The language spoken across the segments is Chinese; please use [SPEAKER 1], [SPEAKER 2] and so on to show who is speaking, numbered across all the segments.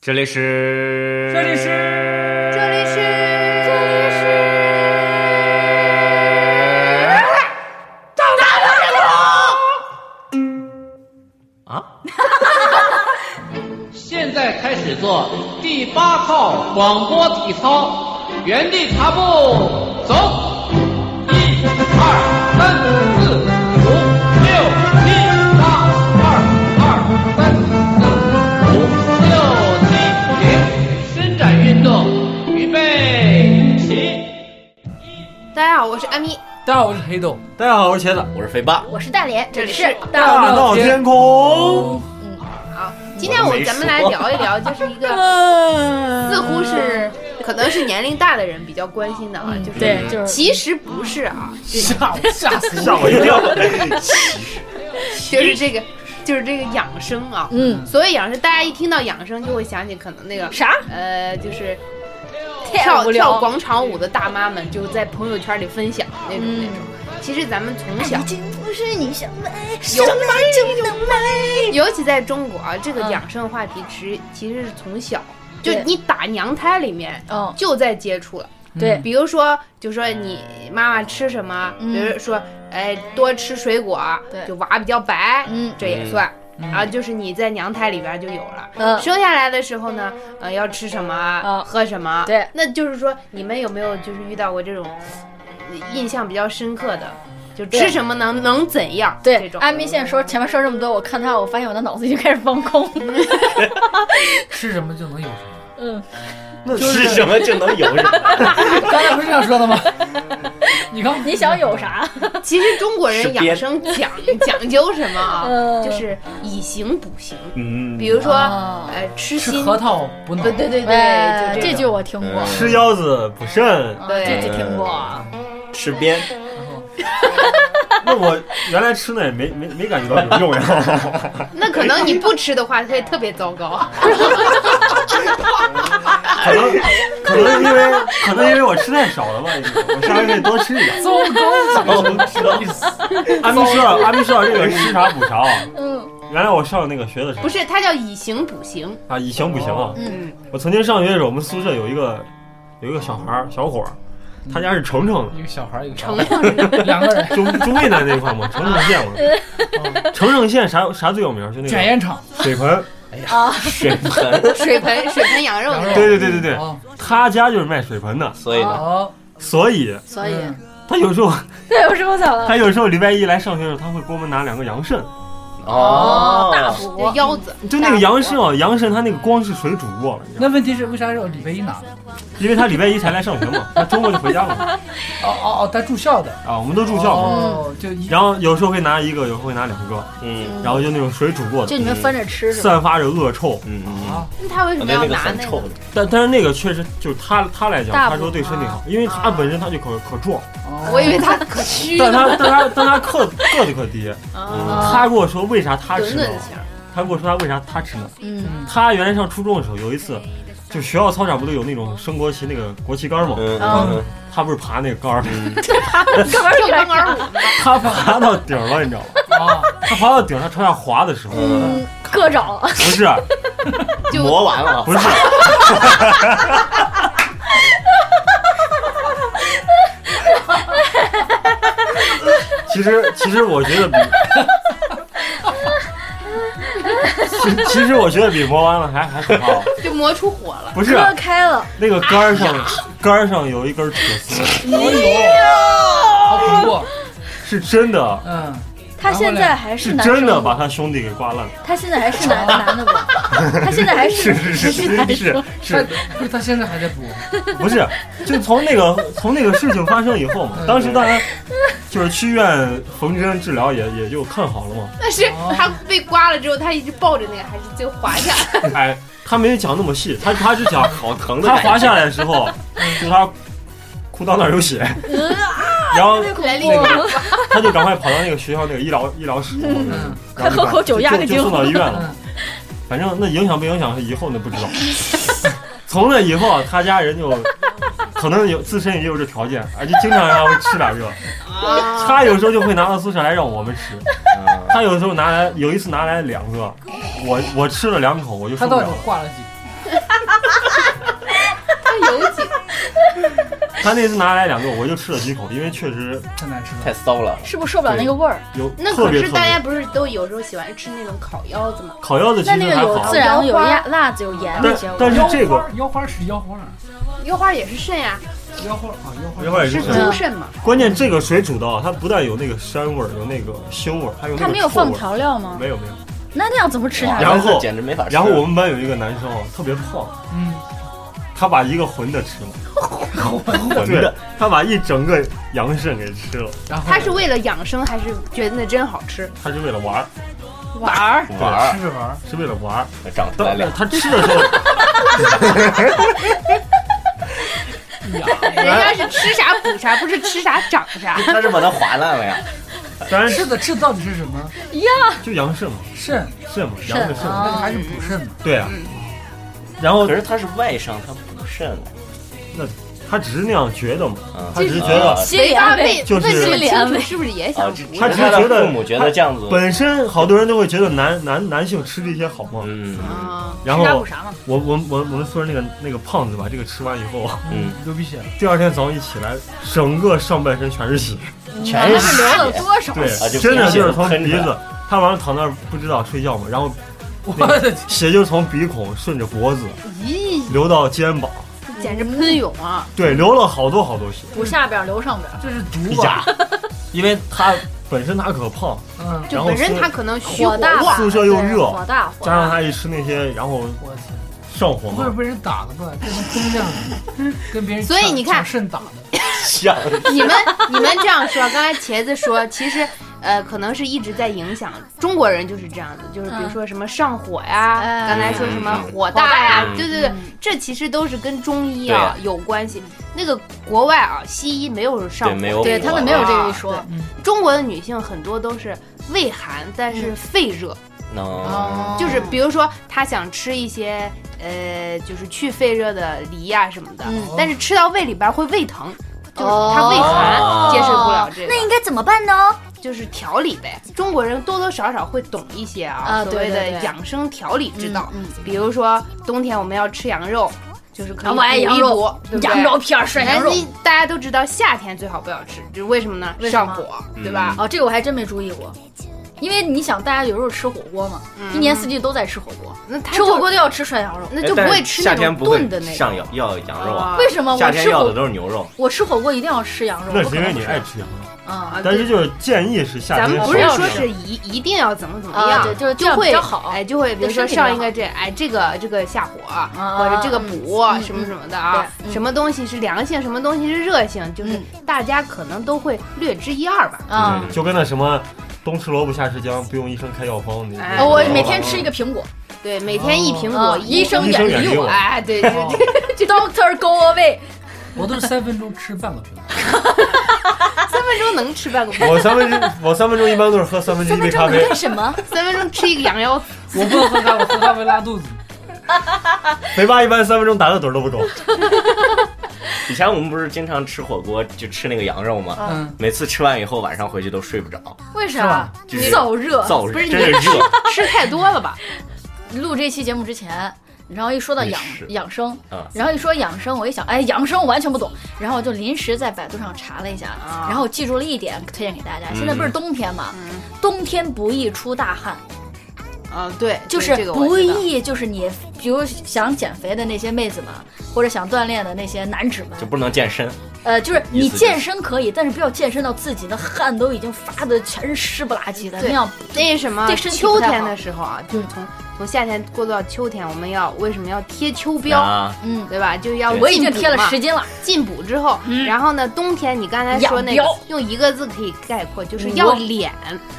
[SPEAKER 1] 这里是，
[SPEAKER 2] 这里是，
[SPEAKER 3] 这里是，
[SPEAKER 2] 这里是，大大
[SPEAKER 1] 啊！
[SPEAKER 4] 现在开始做第八套广播体操，原地踏步走，一、二、三、四、五、六、七、八、二、二、三、四、五、六、七、停，伸展运动，预备起。
[SPEAKER 3] 大家好，我是阿咪，
[SPEAKER 2] 大家好，我是黑豆，
[SPEAKER 1] 大家好，我是茄子，
[SPEAKER 5] 我是肥爸，
[SPEAKER 3] 我是大连，这里是
[SPEAKER 2] 大闹
[SPEAKER 1] 闹天空。
[SPEAKER 3] 嗯，好，今天我咱们来聊一聊，就是一 个
[SPEAKER 6] 嗯
[SPEAKER 3] 似乎是可能是年龄大的人比较关心的啊，就是
[SPEAKER 6] 对，就是
[SPEAKER 3] 其实不是啊，
[SPEAKER 2] 吓吓死
[SPEAKER 1] 吓我一 跳！
[SPEAKER 3] 就是这个就是这个养生啊，
[SPEAKER 6] 嗯，
[SPEAKER 3] 所谓养生，大家一听到养生就会想起可能那个
[SPEAKER 6] 啥
[SPEAKER 3] 呃，就是
[SPEAKER 6] 太
[SPEAKER 3] 跳
[SPEAKER 6] 无
[SPEAKER 3] 跳
[SPEAKER 6] 聊
[SPEAKER 3] 广场舞的大妈们就在朋友圈里分享那种那种。其实咱们从小
[SPEAKER 6] 真不是你想来，
[SPEAKER 3] 有
[SPEAKER 6] 想来就能来。
[SPEAKER 3] 尤其在中国啊，这个
[SPEAKER 6] 嗯
[SPEAKER 3] 养生话题其实其实是从小，就
[SPEAKER 6] 对
[SPEAKER 3] 你打娘胎里面
[SPEAKER 6] 嗯，
[SPEAKER 3] 就在接触了。
[SPEAKER 6] 对，
[SPEAKER 3] 比如说，就说你妈妈吃什么，
[SPEAKER 6] 嗯
[SPEAKER 3] 比如说，哎，多吃水果，啊
[SPEAKER 6] 对
[SPEAKER 3] 就娃比较白，
[SPEAKER 6] 嗯
[SPEAKER 3] 这也算。啊，就是你在娘胎里边就有了，
[SPEAKER 6] 嗯
[SPEAKER 3] 生下来的时候呢，呃，要吃什么，
[SPEAKER 6] 嗯
[SPEAKER 3] 喝什么，
[SPEAKER 6] 对
[SPEAKER 3] 那就是说，你们有没有就是遇到过这种呃印象比较深刻的，就吃
[SPEAKER 6] 对
[SPEAKER 3] 什么能能怎样？这
[SPEAKER 6] 对，
[SPEAKER 3] 种，
[SPEAKER 6] 阿咪现在说前面说这么多，我看他，我发现我的脑子已经开始放空。
[SPEAKER 2] 吃什么就能有什么？
[SPEAKER 6] 嗯，
[SPEAKER 5] 吃什么就能有什么，
[SPEAKER 2] 刚才不是这样说的吗？ 你刚
[SPEAKER 6] 你想有啥？
[SPEAKER 3] 其实中国人
[SPEAKER 5] 是
[SPEAKER 3] 养
[SPEAKER 5] 编
[SPEAKER 3] 生讲 讲究什么啊？
[SPEAKER 6] 嗯
[SPEAKER 3] 就是以形补形，
[SPEAKER 5] 嗯，
[SPEAKER 3] 比如说，
[SPEAKER 6] 哦
[SPEAKER 3] 呃，吃
[SPEAKER 2] 吃
[SPEAKER 3] 心，
[SPEAKER 2] 核桃补脑，
[SPEAKER 3] 对对对
[SPEAKER 6] 哎
[SPEAKER 3] 对，就
[SPEAKER 6] 这
[SPEAKER 3] 这
[SPEAKER 6] 句我听过，
[SPEAKER 1] 吃腰子补肾，
[SPEAKER 6] 啊
[SPEAKER 3] 对
[SPEAKER 6] 这句听过。
[SPEAKER 5] 吃边，
[SPEAKER 1] 那我原来吃那也没没没感觉到有用呀。
[SPEAKER 3] 那可能你不吃的话，会特别糟糕。
[SPEAKER 6] 哎
[SPEAKER 1] 可能可能因为可能因为我吃太少了吧，我下回可以多吃一点。
[SPEAKER 2] 糟糕，
[SPEAKER 1] 知道意思。阿咪说到阿咪说到这个吃啥补啥啊，
[SPEAKER 6] 嗯
[SPEAKER 1] 原来我上那个学的时候
[SPEAKER 3] 不是，它叫以形补形。
[SPEAKER 1] 啊，以形补形啊。
[SPEAKER 6] 嗯，
[SPEAKER 1] 我曾经上学的时候，我们宿舍有一个有一个小孩儿小伙儿，他家是澄澄
[SPEAKER 2] 一个小孩儿一个
[SPEAKER 3] 成
[SPEAKER 2] 成两个人
[SPEAKER 1] 的，中中渭南那一块嘛，澄澄县嘛。
[SPEAKER 5] 嗯
[SPEAKER 1] 澄澄县啥啥最有名？就那
[SPEAKER 2] 卷
[SPEAKER 1] 个
[SPEAKER 2] 烟厂，
[SPEAKER 1] 水盆。
[SPEAKER 6] 啊，
[SPEAKER 5] 哎水盆，
[SPEAKER 3] 水盆水盆羊肉
[SPEAKER 2] 羊
[SPEAKER 3] 那个，
[SPEAKER 2] 肉
[SPEAKER 1] 对对对对对，
[SPEAKER 2] 啊
[SPEAKER 1] 他家就是卖水盆的，
[SPEAKER 5] 所以呢，
[SPEAKER 2] 啊，
[SPEAKER 1] 所以
[SPEAKER 6] 所以
[SPEAKER 2] 嗯
[SPEAKER 1] 他有时候
[SPEAKER 6] 对，有时候咋了？
[SPEAKER 1] 他有时候礼拜一来上学的时候，他会给我们拿两个羊肾。
[SPEAKER 6] 哦，大
[SPEAKER 3] 就
[SPEAKER 6] 补，
[SPEAKER 3] 腰子，
[SPEAKER 1] 就那个羊肾啊，羊肾它那个光是水煮过了，你知道吗
[SPEAKER 2] 那问题是为啥要礼拜一拿呢？
[SPEAKER 1] 因为他礼拜一才来上学嘛，他周末就回家了
[SPEAKER 2] 哦哦哦，他住校的，
[SPEAKER 1] 啊。我们都住校嘛，
[SPEAKER 2] 哦，就一
[SPEAKER 1] 然后有时候会拿一个，有时候会拿两个，
[SPEAKER 5] 嗯
[SPEAKER 1] 然后就那种水煮过
[SPEAKER 6] 就
[SPEAKER 1] 的，
[SPEAKER 6] 你们分着吃是吧？
[SPEAKER 1] 散发着恶臭。
[SPEAKER 5] 嗯嗯，
[SPEAKER 2] 啊，
[SPEAKER 3] 那他为什
[SPEAKER 5] 感
[SPEAKER 3] 么
[SPEAKER 5] 觉
[SPEAKER 3] 要
[SPEAKER 5] 啊那个
[SPEAKER 3] 拿
[SPEAKER 5] 很
[SPEAKER 3] 那
[SPEAKER 5] 臭
[SPEAKER 3] 个？，
[SPEAKER 1] 但但是那个确实就是他他来讲，
[SPEAKER 6] 大
[SPEAKER 1] 他
[SPEAKER 6] 补
[SPEAKER 1] 说对身体好，因为他本身他就可可壮，
[SPEAKER 2] 哦
[SPEAKER 3] 我以为他可 虚
[SPEAKER 1] 但他但他但他个个子可低。嗯
[SPEAKER 3] 啊，
[SPEAKER 6] 啊
[SPEAKER 1] 他跟我说为啥他
[SPEAKER 3] 顿
[SPEAKER 1] 吃呢
[SPEAKER 3] 顿？型。
[SPEAKER 1] 他跟我说他为啥他吃呢？
[SPEAKER 6] 嗯
[SPEAKER 1] 他原来上初中的时候有一次，就学校操场不都有那种升国旗那个国旗杆儿吗？
[SPEAKER 5] 嗯
[SPEAKER 2] 嗯
[SPEAKER 5] 嗯
[SPEAKER 1] 他不是爬那个杆儿，
[SPEAKER 3] 跳钢管舞，
[SPEAKER 1] 他爬到顶儿了，你知道吗？
[SPEAKER 2] 啊，
[SPEAKER 1] 他爬到顶上朝下滑的时候，
[SPEAKER 5] 嗯，
[SPEAKER 6] 嗯，各找
[SPEAKER 1] 不是啊
[SPEAKER 3] 就
[SPEAKER 5] 磨完了，
[SPEAKER 1] 不是， 其实其实我觉得比， 其其实我觉得比磨完了还还可怕，
[SPEAKER 3] 就磨出火了。
[SPEAKER 1] 不是
[SPEAKER 6] 割开了，
[SPEAKER 1] 那个杆儿上杆儿上有一根铁丝，
[SPEAKER 2] 哎呦，好恐怖，
[SPEAKER 1] 是真的。
[SPEAKER 2] 嗯，
[SPEAKER 6] 他现在还是
[SPEAKER 1] 是
[SPEAKER 6] 男生
[SPEAKER 1] 真的
[SPEAKER 6] 吗
[SPEAKER 1] 把他兄弟给刮烂了，
[SPEAKER 6] 他现在还是男男 的不？他现在还是
[SPEAKER 1] 是是是是是
[SPEAKER 2] 他
[SPEAKER 1] 是，
[SPEAKER 2] 不是他现在还在补，
[SPEAKER 1] 不是，就从那个从那个事情发生以后嘛，当时当然就是去医院缝针治疗也也就看好了嘛。
[SPEAKER 3] 但是他被刮了之后，他一直抱着那个，还是就滑下 来。
[SPEAKER 1] 哎，他没讲那么细，他他只讲
[SPEAKER 5] 好疼的
[SPEAKER 1] 他
[SPEAKER 5] 感觉，
[SPEAKER 1] 滑下来的时候，就他裤裆那儿有血， 然后
[SPEAKER 3] 来
[SPEAKER 1] 那个他就赶快跑到那个学校那个医疗医疗室，
[SPEAKER 2] 嗯，
[SPEAKER 1] 然后就
[SPEAKER 6] 快喝口酒压
[SPEAKER 1] 就
[SPEAKER 6] 个
[SPEAKER 1] 就
[SPEAKER 6] 惊
[SPEAKER 1] 送到医院 了
[SPEAKER 2] 嗯。
[SPEAKER 1] 反正那影响不影响以后那不知道。 从那以后，他家人就可能有自身也有这条件，而且经常让他们吃点这个。
[SPEAKER 3] 啊，
[SPEAKER 1] 他有时候就会拿到宿舍来让我们吃，
[SPEAKER 5] 嗯
[SPEAKER 1] 他有时候拿来，有一次拿来两个，我我吃了两口我就
[SPEAKER 2] 他
[SPEAKER 1] 受不
[SPEAKER 2] 到
[SPEAKER 1] 了
[SPEAKER 2] 底
[SPEAKER 1] 了，
[SPEAKER 2] 挂了几？
[SPEAKER 3] 它有几
[SPEAKER 1] 他那次拿来两个，我就吃了几口，因为确实
[SPEAKER 2] 太难吃了。
[SPEAKER 5] 太骚了。
[SPEAKER 6] 是不是受不了那个味儿？
[SPEAKER 1] 有
[SPEAKER 3] 那
[SPEAKER 1] 特
[SPEAKER 3] 可
[SPEAKER 1] 别
[SPEAKER 3] 是
[SPEAKER 1] 特
[SPEAKER 3] 大家
[SPEAKER 1] 别。
[SPEAKER 3] 不是都有时候喜欢吃那种烤腰子吗？
[SPEAKER 1] 烤腰子其
[SPEAKER 6] 那那
[SPEAKER 1] 实
[SPEAKER 6] 个
[SPEAKER 1] 还
[SPEAKER 6] 有
[SPEAKER 1] 好
[SPEAKER 6] 孜，然，有辣辣子，有盐那
[SPEAKER 1] 但
[SPEAKER 6] 些。我
[SPEAKER 1] 但是
[SPEAKER 2] 腰
[SPEAKER 1] 这
[SPEAKER 2] 花
[SPEAKER 1] 个
[SPEAKER 2] 腰花是腰花，
[SPEAKER 3] 腰花也是肾呀、
[SPEAKER 2] 腰花啊腰花。
[SPEAKER 1] 一会儿也
[SPEAKER 3] 是
[SPEAKER 1] 是
[SPEAKER 3] 猪肾嘛。
[SPEAKER 1] 关键这个水煮的啊，它不但有那个膻味儿，有那个腥味儿，还有那个
[SPEAKER 6] 他没有
[SPEAKER 1] 臭味
[SPEAKER 6] 放
[SPEAKER 1] 儿
[SPEAKER 6] 调料吗？
[SPEAKER 1] 没有没有。
[SPEAKER 6] 那那样怎么吃下
[SPEAKER 1] 然
[SPEAKER 6] 去？
[SPEAKER 1] 后
[SPEAKER 5] 这简直没法吃。
[SPEAKER 1] 然后我们班有一个男生啊，特别胖，
[SPEAKER 2] 嗯，
[SPEAKER 1] 他把一个浑的 吃了，
[SPEAKER 5] 混
[SPEAKER 1] 对
[SPEAKER 5] 的，，
[SPEAKER 1] 他把一整个羊肾给吃了，
[SPEAKER 2] 然后
[SPEAKER 3] 他是为了养生，还是觉得那真好吃？
[SPEAKER 1] 他是为了玩儿，
[SPEAKER 3] 玩儿，
[SPEAKER 5] 玩儿
[SPEAKER 2] 吃着玩儿，
[SPEAKER 1] 是为了玩儿。
[SPEAKER 5] 长出来
[SPEAKER 1] 但
[SPEAKER 5] 俩
[SPEAKER 1] 他吃的时候，
[SPEAKER 3] 人家是吃啥补啥，不是吃啥长 啥。
[SPEAKER 5] 他是把它划烂了呀。
[SPEAKER 1] 当然
[SPEAKER 2] 吃的吃的到底是什么？
[SPEAKER 1] 就羊肾嘛，
[SPEAKER 2] 肾，
[SPEAKER 1] 肾嘛，羊的肾嘛，
[SPEAKER 2] 那
[SPEAKER 3] 哦
[SPEAKER 2] 还是补肾嘛？
[SPEAKER 1] 对啊。然后
[SPEAKER 5] 可是他是外伤，他不肾。
[SPEAKER 1] 他只是那样觉得嘛，
[SPEAKER 5] 嗯
[SPEAKER 1] 他只是觉得
[SPEAKER 5] 啊
[SPEAKER 6] 心理
[SPEAKER 3] 他
[SPEAKER 6] 安慰
[SPEAKER 3] 为
[SPEAKER 1] 就是
[SPEAKER 3] 问
[SPEAKER 6] 心理
[SPEAKER 3] 你
[SPEAKER 6] 安慰
[SPEAKER 3] 们清楚是不是也
[SPEAKER 5] 啊，
[SPEAKER 3] 想
[SPEAKER 5] 只
[SPEAKER 3] 补
[SPEAKER 1] 他
[SPEAKER 5] 只
[SPEAKER 1] 只
[SPEAKER 5] 是
[SPEAKER 1] 是
[SPEAKER 5] 的
[SPEAKER 1] 觉得
[SPEAKER 5] 父母觉得这样子，
[SPEAKER 1] 本身好多人都会觉得男男男性吃这些好嘛。
[SPEAKER 5] 嗯
[SPEAKER 3] 啊？
[SPEAKER 1] 然
[SPEAKER 6] 吃啥
[SPEAKER 1] 后
[SPEAKER 6] 补啥嘛。
[SPEAKER 1] 我我我我们宿舍那个那个胖子把这个吃完以后，
[SPEAKER 5] 嗯，
[SPEAKER 2] 流鼻血了，
[SPEAKER 1] 第二天早上一起来，整个上半身全是血，
[SPEAKER 5] 全是
[SPEAKER 6] 流了
[SPEAKER 5] 血。
[SPEAKER 6] 多少？
[SPEAKER 1] 对
[SPEAKER 5] 啊就，
[SPEAKER 1] 真的
[SPEAKER 5] 鼻血
[SPEAKER 1] 就
[SPEAKER 5] 都
[SPEAKER 1] 是从
[SPEAKER 5] 喷出
[SPEAKER 1] 鼻
[SPEAKER 5] 来
[SPEAKER 1] 子，他晚上躺那儿不知道睡觉嘛，然后
[SPEAKER 2] 我的天，
[SPEAKER 1] 血就从鼻孔顺着脖子
[SPEAKER 3] 咦，
[SPEAKER 1] 流到肩膀，
[SPEAKER 3] 简直喷涌啊！
[SPEAKER 1] 对，流了好多好多血。
[SPEAKER 6] 补下边儿，流上边儿。
[SPEAKER 2] 这是毒吧？，
[SPEAKER 1] 因为他本身他可胖，
[SPEAKER 2] 嗯，
[SPEAKER 1] 然
[SPEAKER 3] 就
[SPEAKER 1] 后
[SPEAKER 3] 本身
[SPEAKER 1] 宿
[SPEAKER 3] 他可能虚
[SPEAKER 6] 火大吧，
[SPEAKER 1] 宿舍又
[SPEAKER 6] 对
[SPEAKER 1] 热
[SPEAKER 6] 火大火
[SPEAKER 1] 加上
[SPEAKER 6] 大。
[SPEAKER 1] 他一吃那些，然后
[SPEAKER 2] 我天，
[SPEAKER 1] 上火
[SPEAKER 2] 不会
[SPEAKER 1] 嘛，
[SPEAKER 2] 被人打了吧？这能真这样的， 跟别人
[SPEAKER 3] 所以
[SPEAKER 2] 抢
[SPEAKER 3] 你看
[SPEAKER 2] 抢肾打的，
[SPEAKER 5] 像
[SPEAKER 3] 你们你们这样说，刚才茄子说，其实呃，可能是一直在影响中国人就是这样子，就是比如说什么上火呀，
[SPEAKER 6] 嗯
[SPEAKER 3] 刚才说什么火大呀，
[SPEAKER 5] 嗯
[SPEAKER 3] 对对对，这其实都是跟中医
[SPEAKER 5] 对
[SPEAKER 3] 啊
[SPEAKER 5] 啊
[SPEAKER 3] 有关系。那个国外啊，西医没有上
[SPEAKER 5] 对
[SPEAKER 3] 火，
[SPEAKER 5] 没有
[SPEAKER 6] 对
[SPEAKER 5] 火
[SPEAKER 6] 他们没有这个一说
[SPEAKER 3] 啊，
[SPEAKER 2] 嗯
[SPEAKER 3] 中国的女性很多都是胃寒，但
[SPEAKER 6] 嗯
[SPEAKER 3] 是肺热，
[SPEAKER 5] 能
[SPEAKER 3] 就是比如说她想吃一些呃，就是去肺热的梨呀、什么的，
[SPEAKER 6] 嗯
[SPEAKER 3] 但是吃到胃里边会胃疼，就是她
[SPEAKER 6] 哦
[SPEAKER 3] 胃寒接受不了这个，
[SPEAKER 6] 那应该怎么办呢？
[SPEAKER 3] 就是调理呗。中国人多多少少会懂一些啊，
[SPEAKER 6] 啊
[SPEAKER 3] 所
[SPEAKER 6] 对
[SPEAKER 3] 谓
[SPEAKER 6] 对
[SPEAKER 3] 的
[SPEAKER 6] 对
[SPEAKER 3] 养生调理之道，
[SPEAKER 6] 嗯
[SPEAKER 3] 比如说冬天我们要吃羊肉，就是可以
[SPEAKER 6] 啊我爱
[SPEAKER 3] 补
[SPEAKER 6] 羊
[SPEAKER 3] 一
[SPEAKER 6] 肉
[SPEAKER 3] 补，对不对
[SPEAKER 6] 羊肉片儿涮
[SPEAKER 3] 哎
[SPEAKER 6] 羊，肉。
[SPEAKER 3] 你大家都知道夏天最好不要吃，就是为什么呢？
[SPEAKER 6] 为什
[SPEAKER 3] 上
[SPEAKER 6] 么
[SPEAKER 3] 火，
[SPEAKER 5] 嗯
[SPEAKER 3] 对吧？
[SPEAKER 6] 哦，这个我还真没注意过，因为你想，大家有时候吃火锅嘛，嗯一年四季都在吃火锅，
[SPEAKER 3] 那嗯他
[SPEAKER 6] 吃
[SPEAKER 3] 就
[SPEAKER 6] 火锅都要吃涮羊肉。
[SPEAKER 3] 那就不会吃那
[SPEAKER 5] 哎夏天
[SPEAKER 3] 种
[SPEAKER 5] 不会
[SPEAKER 3] 炖的那
[SPEAKER 5] 上
[SPEAKER 3] 种。
[SPEAKER 5] 要要羊肉
[SPEAKER 3] 啊
[SPEAKER 5] 啊，
[SPEAKER 6] 为什么
[SPEAKER 5] 夏
[SPEAKER 6] 我
[SPEAKER 5] 天
[SPEAKER 6] 吃
[SPEAKER 5] 要的
[SPEAKER 6] 火
[SPEAKER 5] 都是牛肉。
[SPEAKER 6] 我吃火锅一定要吃羊肉？
[SPEAKER 1] 那
[SPEAKER 6] 不可
[SPEAKER 1] 是因
[SPEAKER 6] 能
[SPEAKER 1] 为你
[SPEAKER 6] 吃
[SPEAKER 1] 爱吃羊肉，
[SPEAKER 6] 啊，
[SPEAKER 1] 但是就是建议是夏
[SPEAKER 3] 咱
[SPEAKER 1] 天
[SPEAKER 3] 们
[SPEAKER 1] 少
[SPEAKER 3] 不
[SPEAKER 1] 吃
[SPEAKER 3] 是
[SPEAKER 1] 羊肉。
[SPEAKER 3] 说是一一定要怎么怎么
[SPEAKER 6] 啊
[SPEAKER 3] 样，
[SPEAKER 6] 对就是这
[SPEAKER 3] 就
[SPEAKER 6] 样
[SPEAKER 3] 会
[SPEAKER 6] 比较好
[SPEAKER 3] 哎，就会比如说
[SPEAKER 6] 对身体比较
[SPEAKER 3] 上一个这，哎，这个这个下火，
[SPEAKER 6] 啊
[SPEAKER 3] 或者这个补
[SPEAKER 6] 嗯
[SPEAKER 3] 什么什么的啊，嗯
[SPEAKER 6] 对嗯
[SPEAKER 3] 什么东西是凉性，什么东西是热性，就是大家可能都会略知一二吧。
[SPEAKER 6] 啊，
[SPEAKER 1] 就跟那什么冬吃萝卜夏吃姜，不用医生开药方。你
[SPEAKER 3] 哎
[SPEAKER 6] 呃我每天吃一个苹果。
[SPEAKER 3] 对，每天一苹
[SPEAKER 6] 啊
[SPEAKER 3] 果，一
[SPEAKER 6] 医生远
[SPEAKER 1] 医生
[SPEAKER 6] 离
[SPEAKER 1] 远离
[SPEAKER 6] 我
[SPEAKER 1] 我
[SPEAKER 3] 哎，对，就
[SPEAKER 2] 哦
[SPEAKER 6] ，Doctor Go Away。
[SPEAKER 2] 我都是三分钟吃半个苹果。
[SPEAKER 3] 三分钟能吃半个，
[SPEAKER 1] 我三分之我三分钟一般都是喝三分之一杯咖啡，
[SPEAKER 6] 什么？
[SPEAKER 3] 三分钟吃一个羊 腰子，
[SPEAKER 2] 我不能喝咖啡，喝咖啡拉肚子。
[SPEAKER 1] 肥爸一般三分钟打个盹儿都不够。
[SPEAKER 5] 以前我们不是经常吃火锅就吃那个羊肉
[SPEAKER 3] 哦
[SPEAKER 5] 吗？
[SPEAKER 2] 嗯，
[SPEAKER 5] 每次吃完以后晚上回去都睡不着，
[SPEAKER 6] 为
[SPEAKER 2] 是
[SPEAKER 6] 啥
[SPEAKER 2] 吧？
[SPEAKER 5] 就是
[SPEAKER 6] 燥热。
[SPEAKER 5] 燥
[SPEAKER 3] 哦不
[SPEAKER 5] 热，
[SPEAKER 3] 是
[SPEAKER 5] 真是 热。
[SPEAKER 3] 吃太多了吧？
[SPEAKER 6] 录这期节目之前，然后一说到养
[SPEAKER 5] 你是
[SPEAKER 6] 养生
[SPEAKER 5] 啊，
[SPEAKER 6] 然后一说养生，我一想，哎，养生我完全不懂，然后我就临时在百度上查了一下，
[SPEAKER 3] 啊
[SPEAKER 6] 然后记住了一点，推荐给大家。
[SPEAKER 5] 嗯
[SPEAKER 6] 现在不是冬天嘛，
[SPEAKER 3] 嗯
[SPEAKER 6] 冬天不宜出大汗，
[SPEAKER 3] 啊，对，
[SPEAKER 6] 就
[SPEAKER 3] 对
[SPEAKER 6] 是
[SPEAKER 3] 这个我
[SPEAKER 6] 不
[SPEAKER 3] 知道
[SPEAKER 6] 宜，就是你比如想减肥的那些妹子们，或者想锻炼的那些男子们
[SPEAKER 5] 就，不能健身，
[SPEAKER 6] 呃，就是
[SPEAKER 5] 意
[SPEAKER 6] 你
[SPEAKER 5] 思就是
[SPEAKER 6] 健身可以，但是不要健身到自己的汗都已经发的全是湿不拉几的，那
[SPEAKER 3] 对
[SPEAKER 6] 样
[SPEAKER 3] 那什么，
[SPEAKER 6] 对身体不
[SPEAKER 3] 秋
[SPEAKER 6] 太好
[SPEAKER 3] 天的时候啊，就是从从夏天过渡到秋天，我们要为什么要贴秋膘，
[SPEAKER 5] 啊，
[SPEAKER 6] 嗯，
[SPEAKER 3] 对吧？就要
[SPEAKER 5] 对
[SPEAKER 6] 我已经
[SPEAKER 3] 进补
[SPEAKER 6] 贴了
[SPEAKER 3] 嘛
[SPEAKER 6] 十斤了，
[SPEAKER 3] 进补之后，然后呢，冬天你刚才说那
[SPEAKER 6] 嗯
[SPEAKER 3] 个
[SPEAKER 6] 养膘
[SPEAKER 3] 用一个字可以概括，就是
[SPEAKER 6] 嗯
[SPEAKER 3] 要
[SPEAKER 6] 我
[SPEAKER 3] 脸，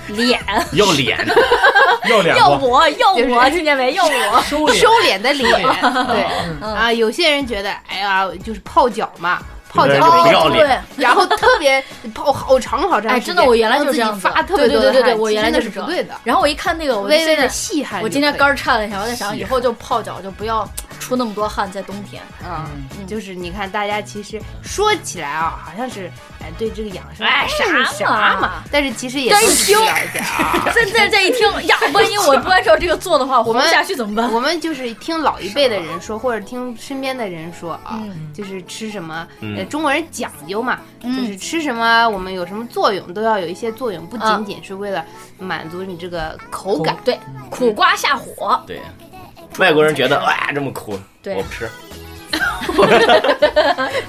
[SPEAKER 6] 脸
[SPEAKER 5] 要脸，
[SPEAKER 1] 要脸
[SPEAKER 6] 要
[SPEAKER 1] 不？
[SPEAKER 6] 我要
[SPEAKER 3] 就是
[SPEAKER 6] 我，听见没？要我，
[SPEAKER 2] 收
[SPEAKER 3] 收
[SPEAKER 2] 敛。
[SPEAKER 3] 敛的脸。 对
[SPEAKER 6] 嗯
[SPEAKER 3] 啊，有些人觉得，哎呀，就是泡脚嘛，泡脚
[SPEAKER 5] 对
[SPEAKER 3] 就是
[SPEAKER 5] 不
[SPEAKER 3] 要
[SPEAKER 5] 要脸
[SPEAKER 6] 对。
[SPEAKER 3] 然后特别泡好长好长时间，
[SPEAKER 6] 哎，真的，我原来
[SPEAKER 3] 让
[SPEAKER 6] 就是这
[SPEAKER 3] 自己
[SPEAKER 6] 样子
[SPEAKER 3] 发特别
[SPEAKER 6] 对对
[SPEAKER 3] 多
[SPEAKER 6] 对对
[SPEAKER 3] 的
[SPEAKER 6] 对，
[SPEAKER 3] 汗
[SPEAKER 6] 我
[SPEAKER 3] 其实
[SPEAKER 6] 原来
[SPEAKER 3] 那
[SPEAKER 6] 就是
[SPEAKER 3] 是
[SPEAKER 6] 这
[SPEAKER 3] 不
[SPEAKER 6] 样
[SPEAKER 3] 对的，
[SPEAKER 6] 然后我一看那个，我就
[SPEAKER 3] 微微
[SPEAKER 6] 现
[SPEAKER 3] 的
[SPEAKER 6] 在
[SPEAKER 3] 细汗就可以。
[SPEAKER 6] 我今天肝儿颤了一下，我在想以后就泡脚就不要出那么多汗，在冬天，
[SPEAKER 3] 嗯，
[SPEAKER 6] 嗯
[SPEAKER 3] 就是你看大家其实说起来啊，好像是哎对这个养生
[SPEAKER 6] 哎
[SPEAKER 3] 啥
[SPEAKER 6] 啥
[SPEAKER 3] 啥
[SPEAKER 6] 嘛，
[SPEAKER 3] 但是其实也
[SPEAKER 6] 但
[SPEAKER 3] 都
[SPEAKER 6] 一
[SPEAKER 3] 需
[SPEAKER 6] 听
[SPEAKER 3] 要一点啊。
[SPEAKER 6] 现在再一听呀，万一我不按照这个做的话，活不
[SPEAKER 3] 们
[SPEAKER 6] 下去怎么办？
[SPEAKER 3] 我们就是听老一辈的人说， 或者听身边的人说啊，
[SPEAKER 6] 嗯
[SPEAKER 3] 就是吃什么，
[SPEAKER 5] 嗯
[SPEAKER 3] 呃，中国人讲究嘛，
[SPEAKER 6] 嗯
[SPEAKER 3] 就是吃什么，我们有什么作用，都要有一些作用，不仅仅是为了满足你这个口感。
[SPEAKER 6] 对，苦瓜下火，
[SPEAKER 5] 对，外国人觉得哇这么苦，
[SPEAKER 6] 对
[SPEAKER 5] 我不吃。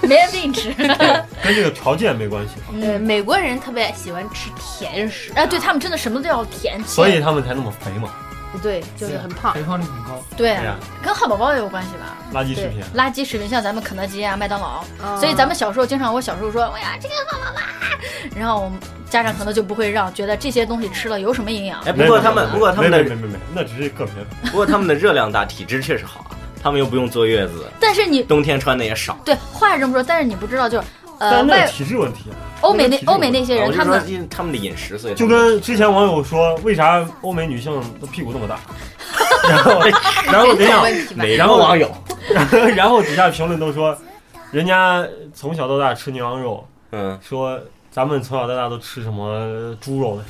[SPEAKER 6] 没人给你吃。
[SPEAKER 1] 跟这个条件没关系，
[SPEAKER 6] 嗯
[SPEAKER 3] 呃，美国人特别喜欢吃甜食，
[SPEAKER 6] 哎，对他们真的什么都要甜，
[SPEAKER 1] 所以他们才那么肥嘛。
[SPEAKER 3] 对，就是很胖
[SPEAKER 2] 肥。胖率很高。
[SPEAKER 6] 对
[SPEAKER 1] 对哎呀，
[SPEAKER 6] 跟汉堡包也有关系吧？
[SPEAKER 1] 垃圾食
[SPEAKER 6] 对
[SPEAKER 1] 品，啊
[SPEAKER 6] 垃圾食品像咱们肯德基啊、麦当劳，
[SPEAKER 3] 嗯
[SPEAKER 6] 所以咱们小时候经常，我小时候说，哎呀，这个好好啦，然后我们家长可能就不会让，觉得这些东西吃了有什么营养？
[SPEAKER 5] 哎，不过他们，不过他们
[SPEAKER 1] 没没
[SPEAKER 5] 的，
[SPEAKER 1] 没没没，那只是个别的。
[SPEAKER 5] 不过他们的热量大，体质确实好啊。他们又不用坐月子，
[SPEAKER 6] 但是你
[SPEAKER 5] 冬天穿的也少。
[SPEAKER 6] 对话是这么说，但是你不知道就是，呃，
[SPEAKER 1] 但那
[SPEAKER 6] 外
[SPEAKER 1] 是体质问题啊，
[SPEAKER 6] 欧美那
[SPEAKER 1] 那个体重
[SPEAKER 6] 欧美那些
[SPEAKER 5] 啊我
[SPEAKER 6] 人，
[SPEAKER 5] 就
[SPEAKER 6] 他
[SPEAKER 5] 说
[SPEAKER 6] 们
[SPEAKER 5] 因为他们的饮食，所以他
[SPEAKER 1] 就
[SPEAKER 5] 们
[SPEAKER 1] 跟之前网友说，为啥欧美女性的屁股那 么大？然后，然后等一下，
[SPEAKER 3] 问题吧，
[SPEAKER 5] 每个网友，
[SPEAKER 1] 然后底下评论都说，人家从小到大吃牛羊肉，
[SPEAKER 5] 嗯，
[SPEAKER 1] 说咱们从小到大都吃什么猪肉呢？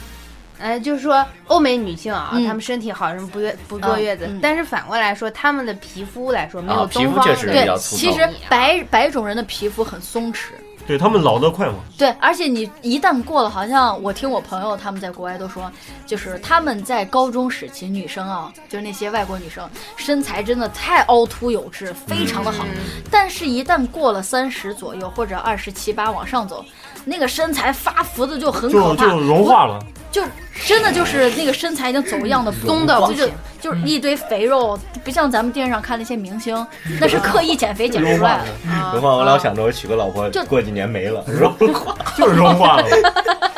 [SPEAKER 3] 呃，就是说欧美女性啊，
[SPEAKER 6] 嗯
[SPEAKER 3] 她们身体好，什么不月不坐月子
[SPEAKER 6] 嗯嗯，
[SPEAKER 3] 但是反过来说，她们的皮肤来说没
[SPEAKER 5] 啊
[SPEAKER 3] 有
[SPEAKER 5] 皮
[SPEAKER 3] 东
[SPEAKER 5] 肤
[SPEAKER 3] 方
[SPEAKER 5] 确
[SPEAKER 3] 的
[SPEAKER 5] 实比
[SPEAKER 6] 对
[SPEAKER 5] 较，粗糙
[SPEAKER 6] 其实白白种人的皮肤很松弛，
[SPEAKER 1] 对他们老得快嘛，
[SPEAKER 6] 对，而且你一旦过了，好像我听我朋友他们在国外都说，就是他们在高中时期，女生啊，就是那些外国女生，身材真的太凹凸有致，非常的好。
[SPEAKER 1] 嗯
[SPEAKER 6] 但是，一旦过了三十左右或者二十七八往上走，那个身材发福的就很可
[SPEAKER 1] 就
[SPEAKER 6] 怕，
[SPEAKER 1] 就融化了。
[SPEAKER 6] 就真的就是那个身材已经走样的松的，就就就是
[SPEAKER 1] 嗯
[SPEAKER 6] 一堆肥肉，不像咱们电视上看那些明星，那是刻意减肥减
[SPEAKER 1] 融
[SPEAKER 6] 出
[SPEAKER 1] 化
[SPEAKER 6] 来
[SPEAKER 1] 了
[SPEAKER 6] 的。，
[SPEAKER 5] 何嗯况我老想着我娶个老婆
[SPEAKER 6] 就，
[SPEAKER 5] 过几年没了，融化。
[SPEAKER 1] 嗯 就是融化了。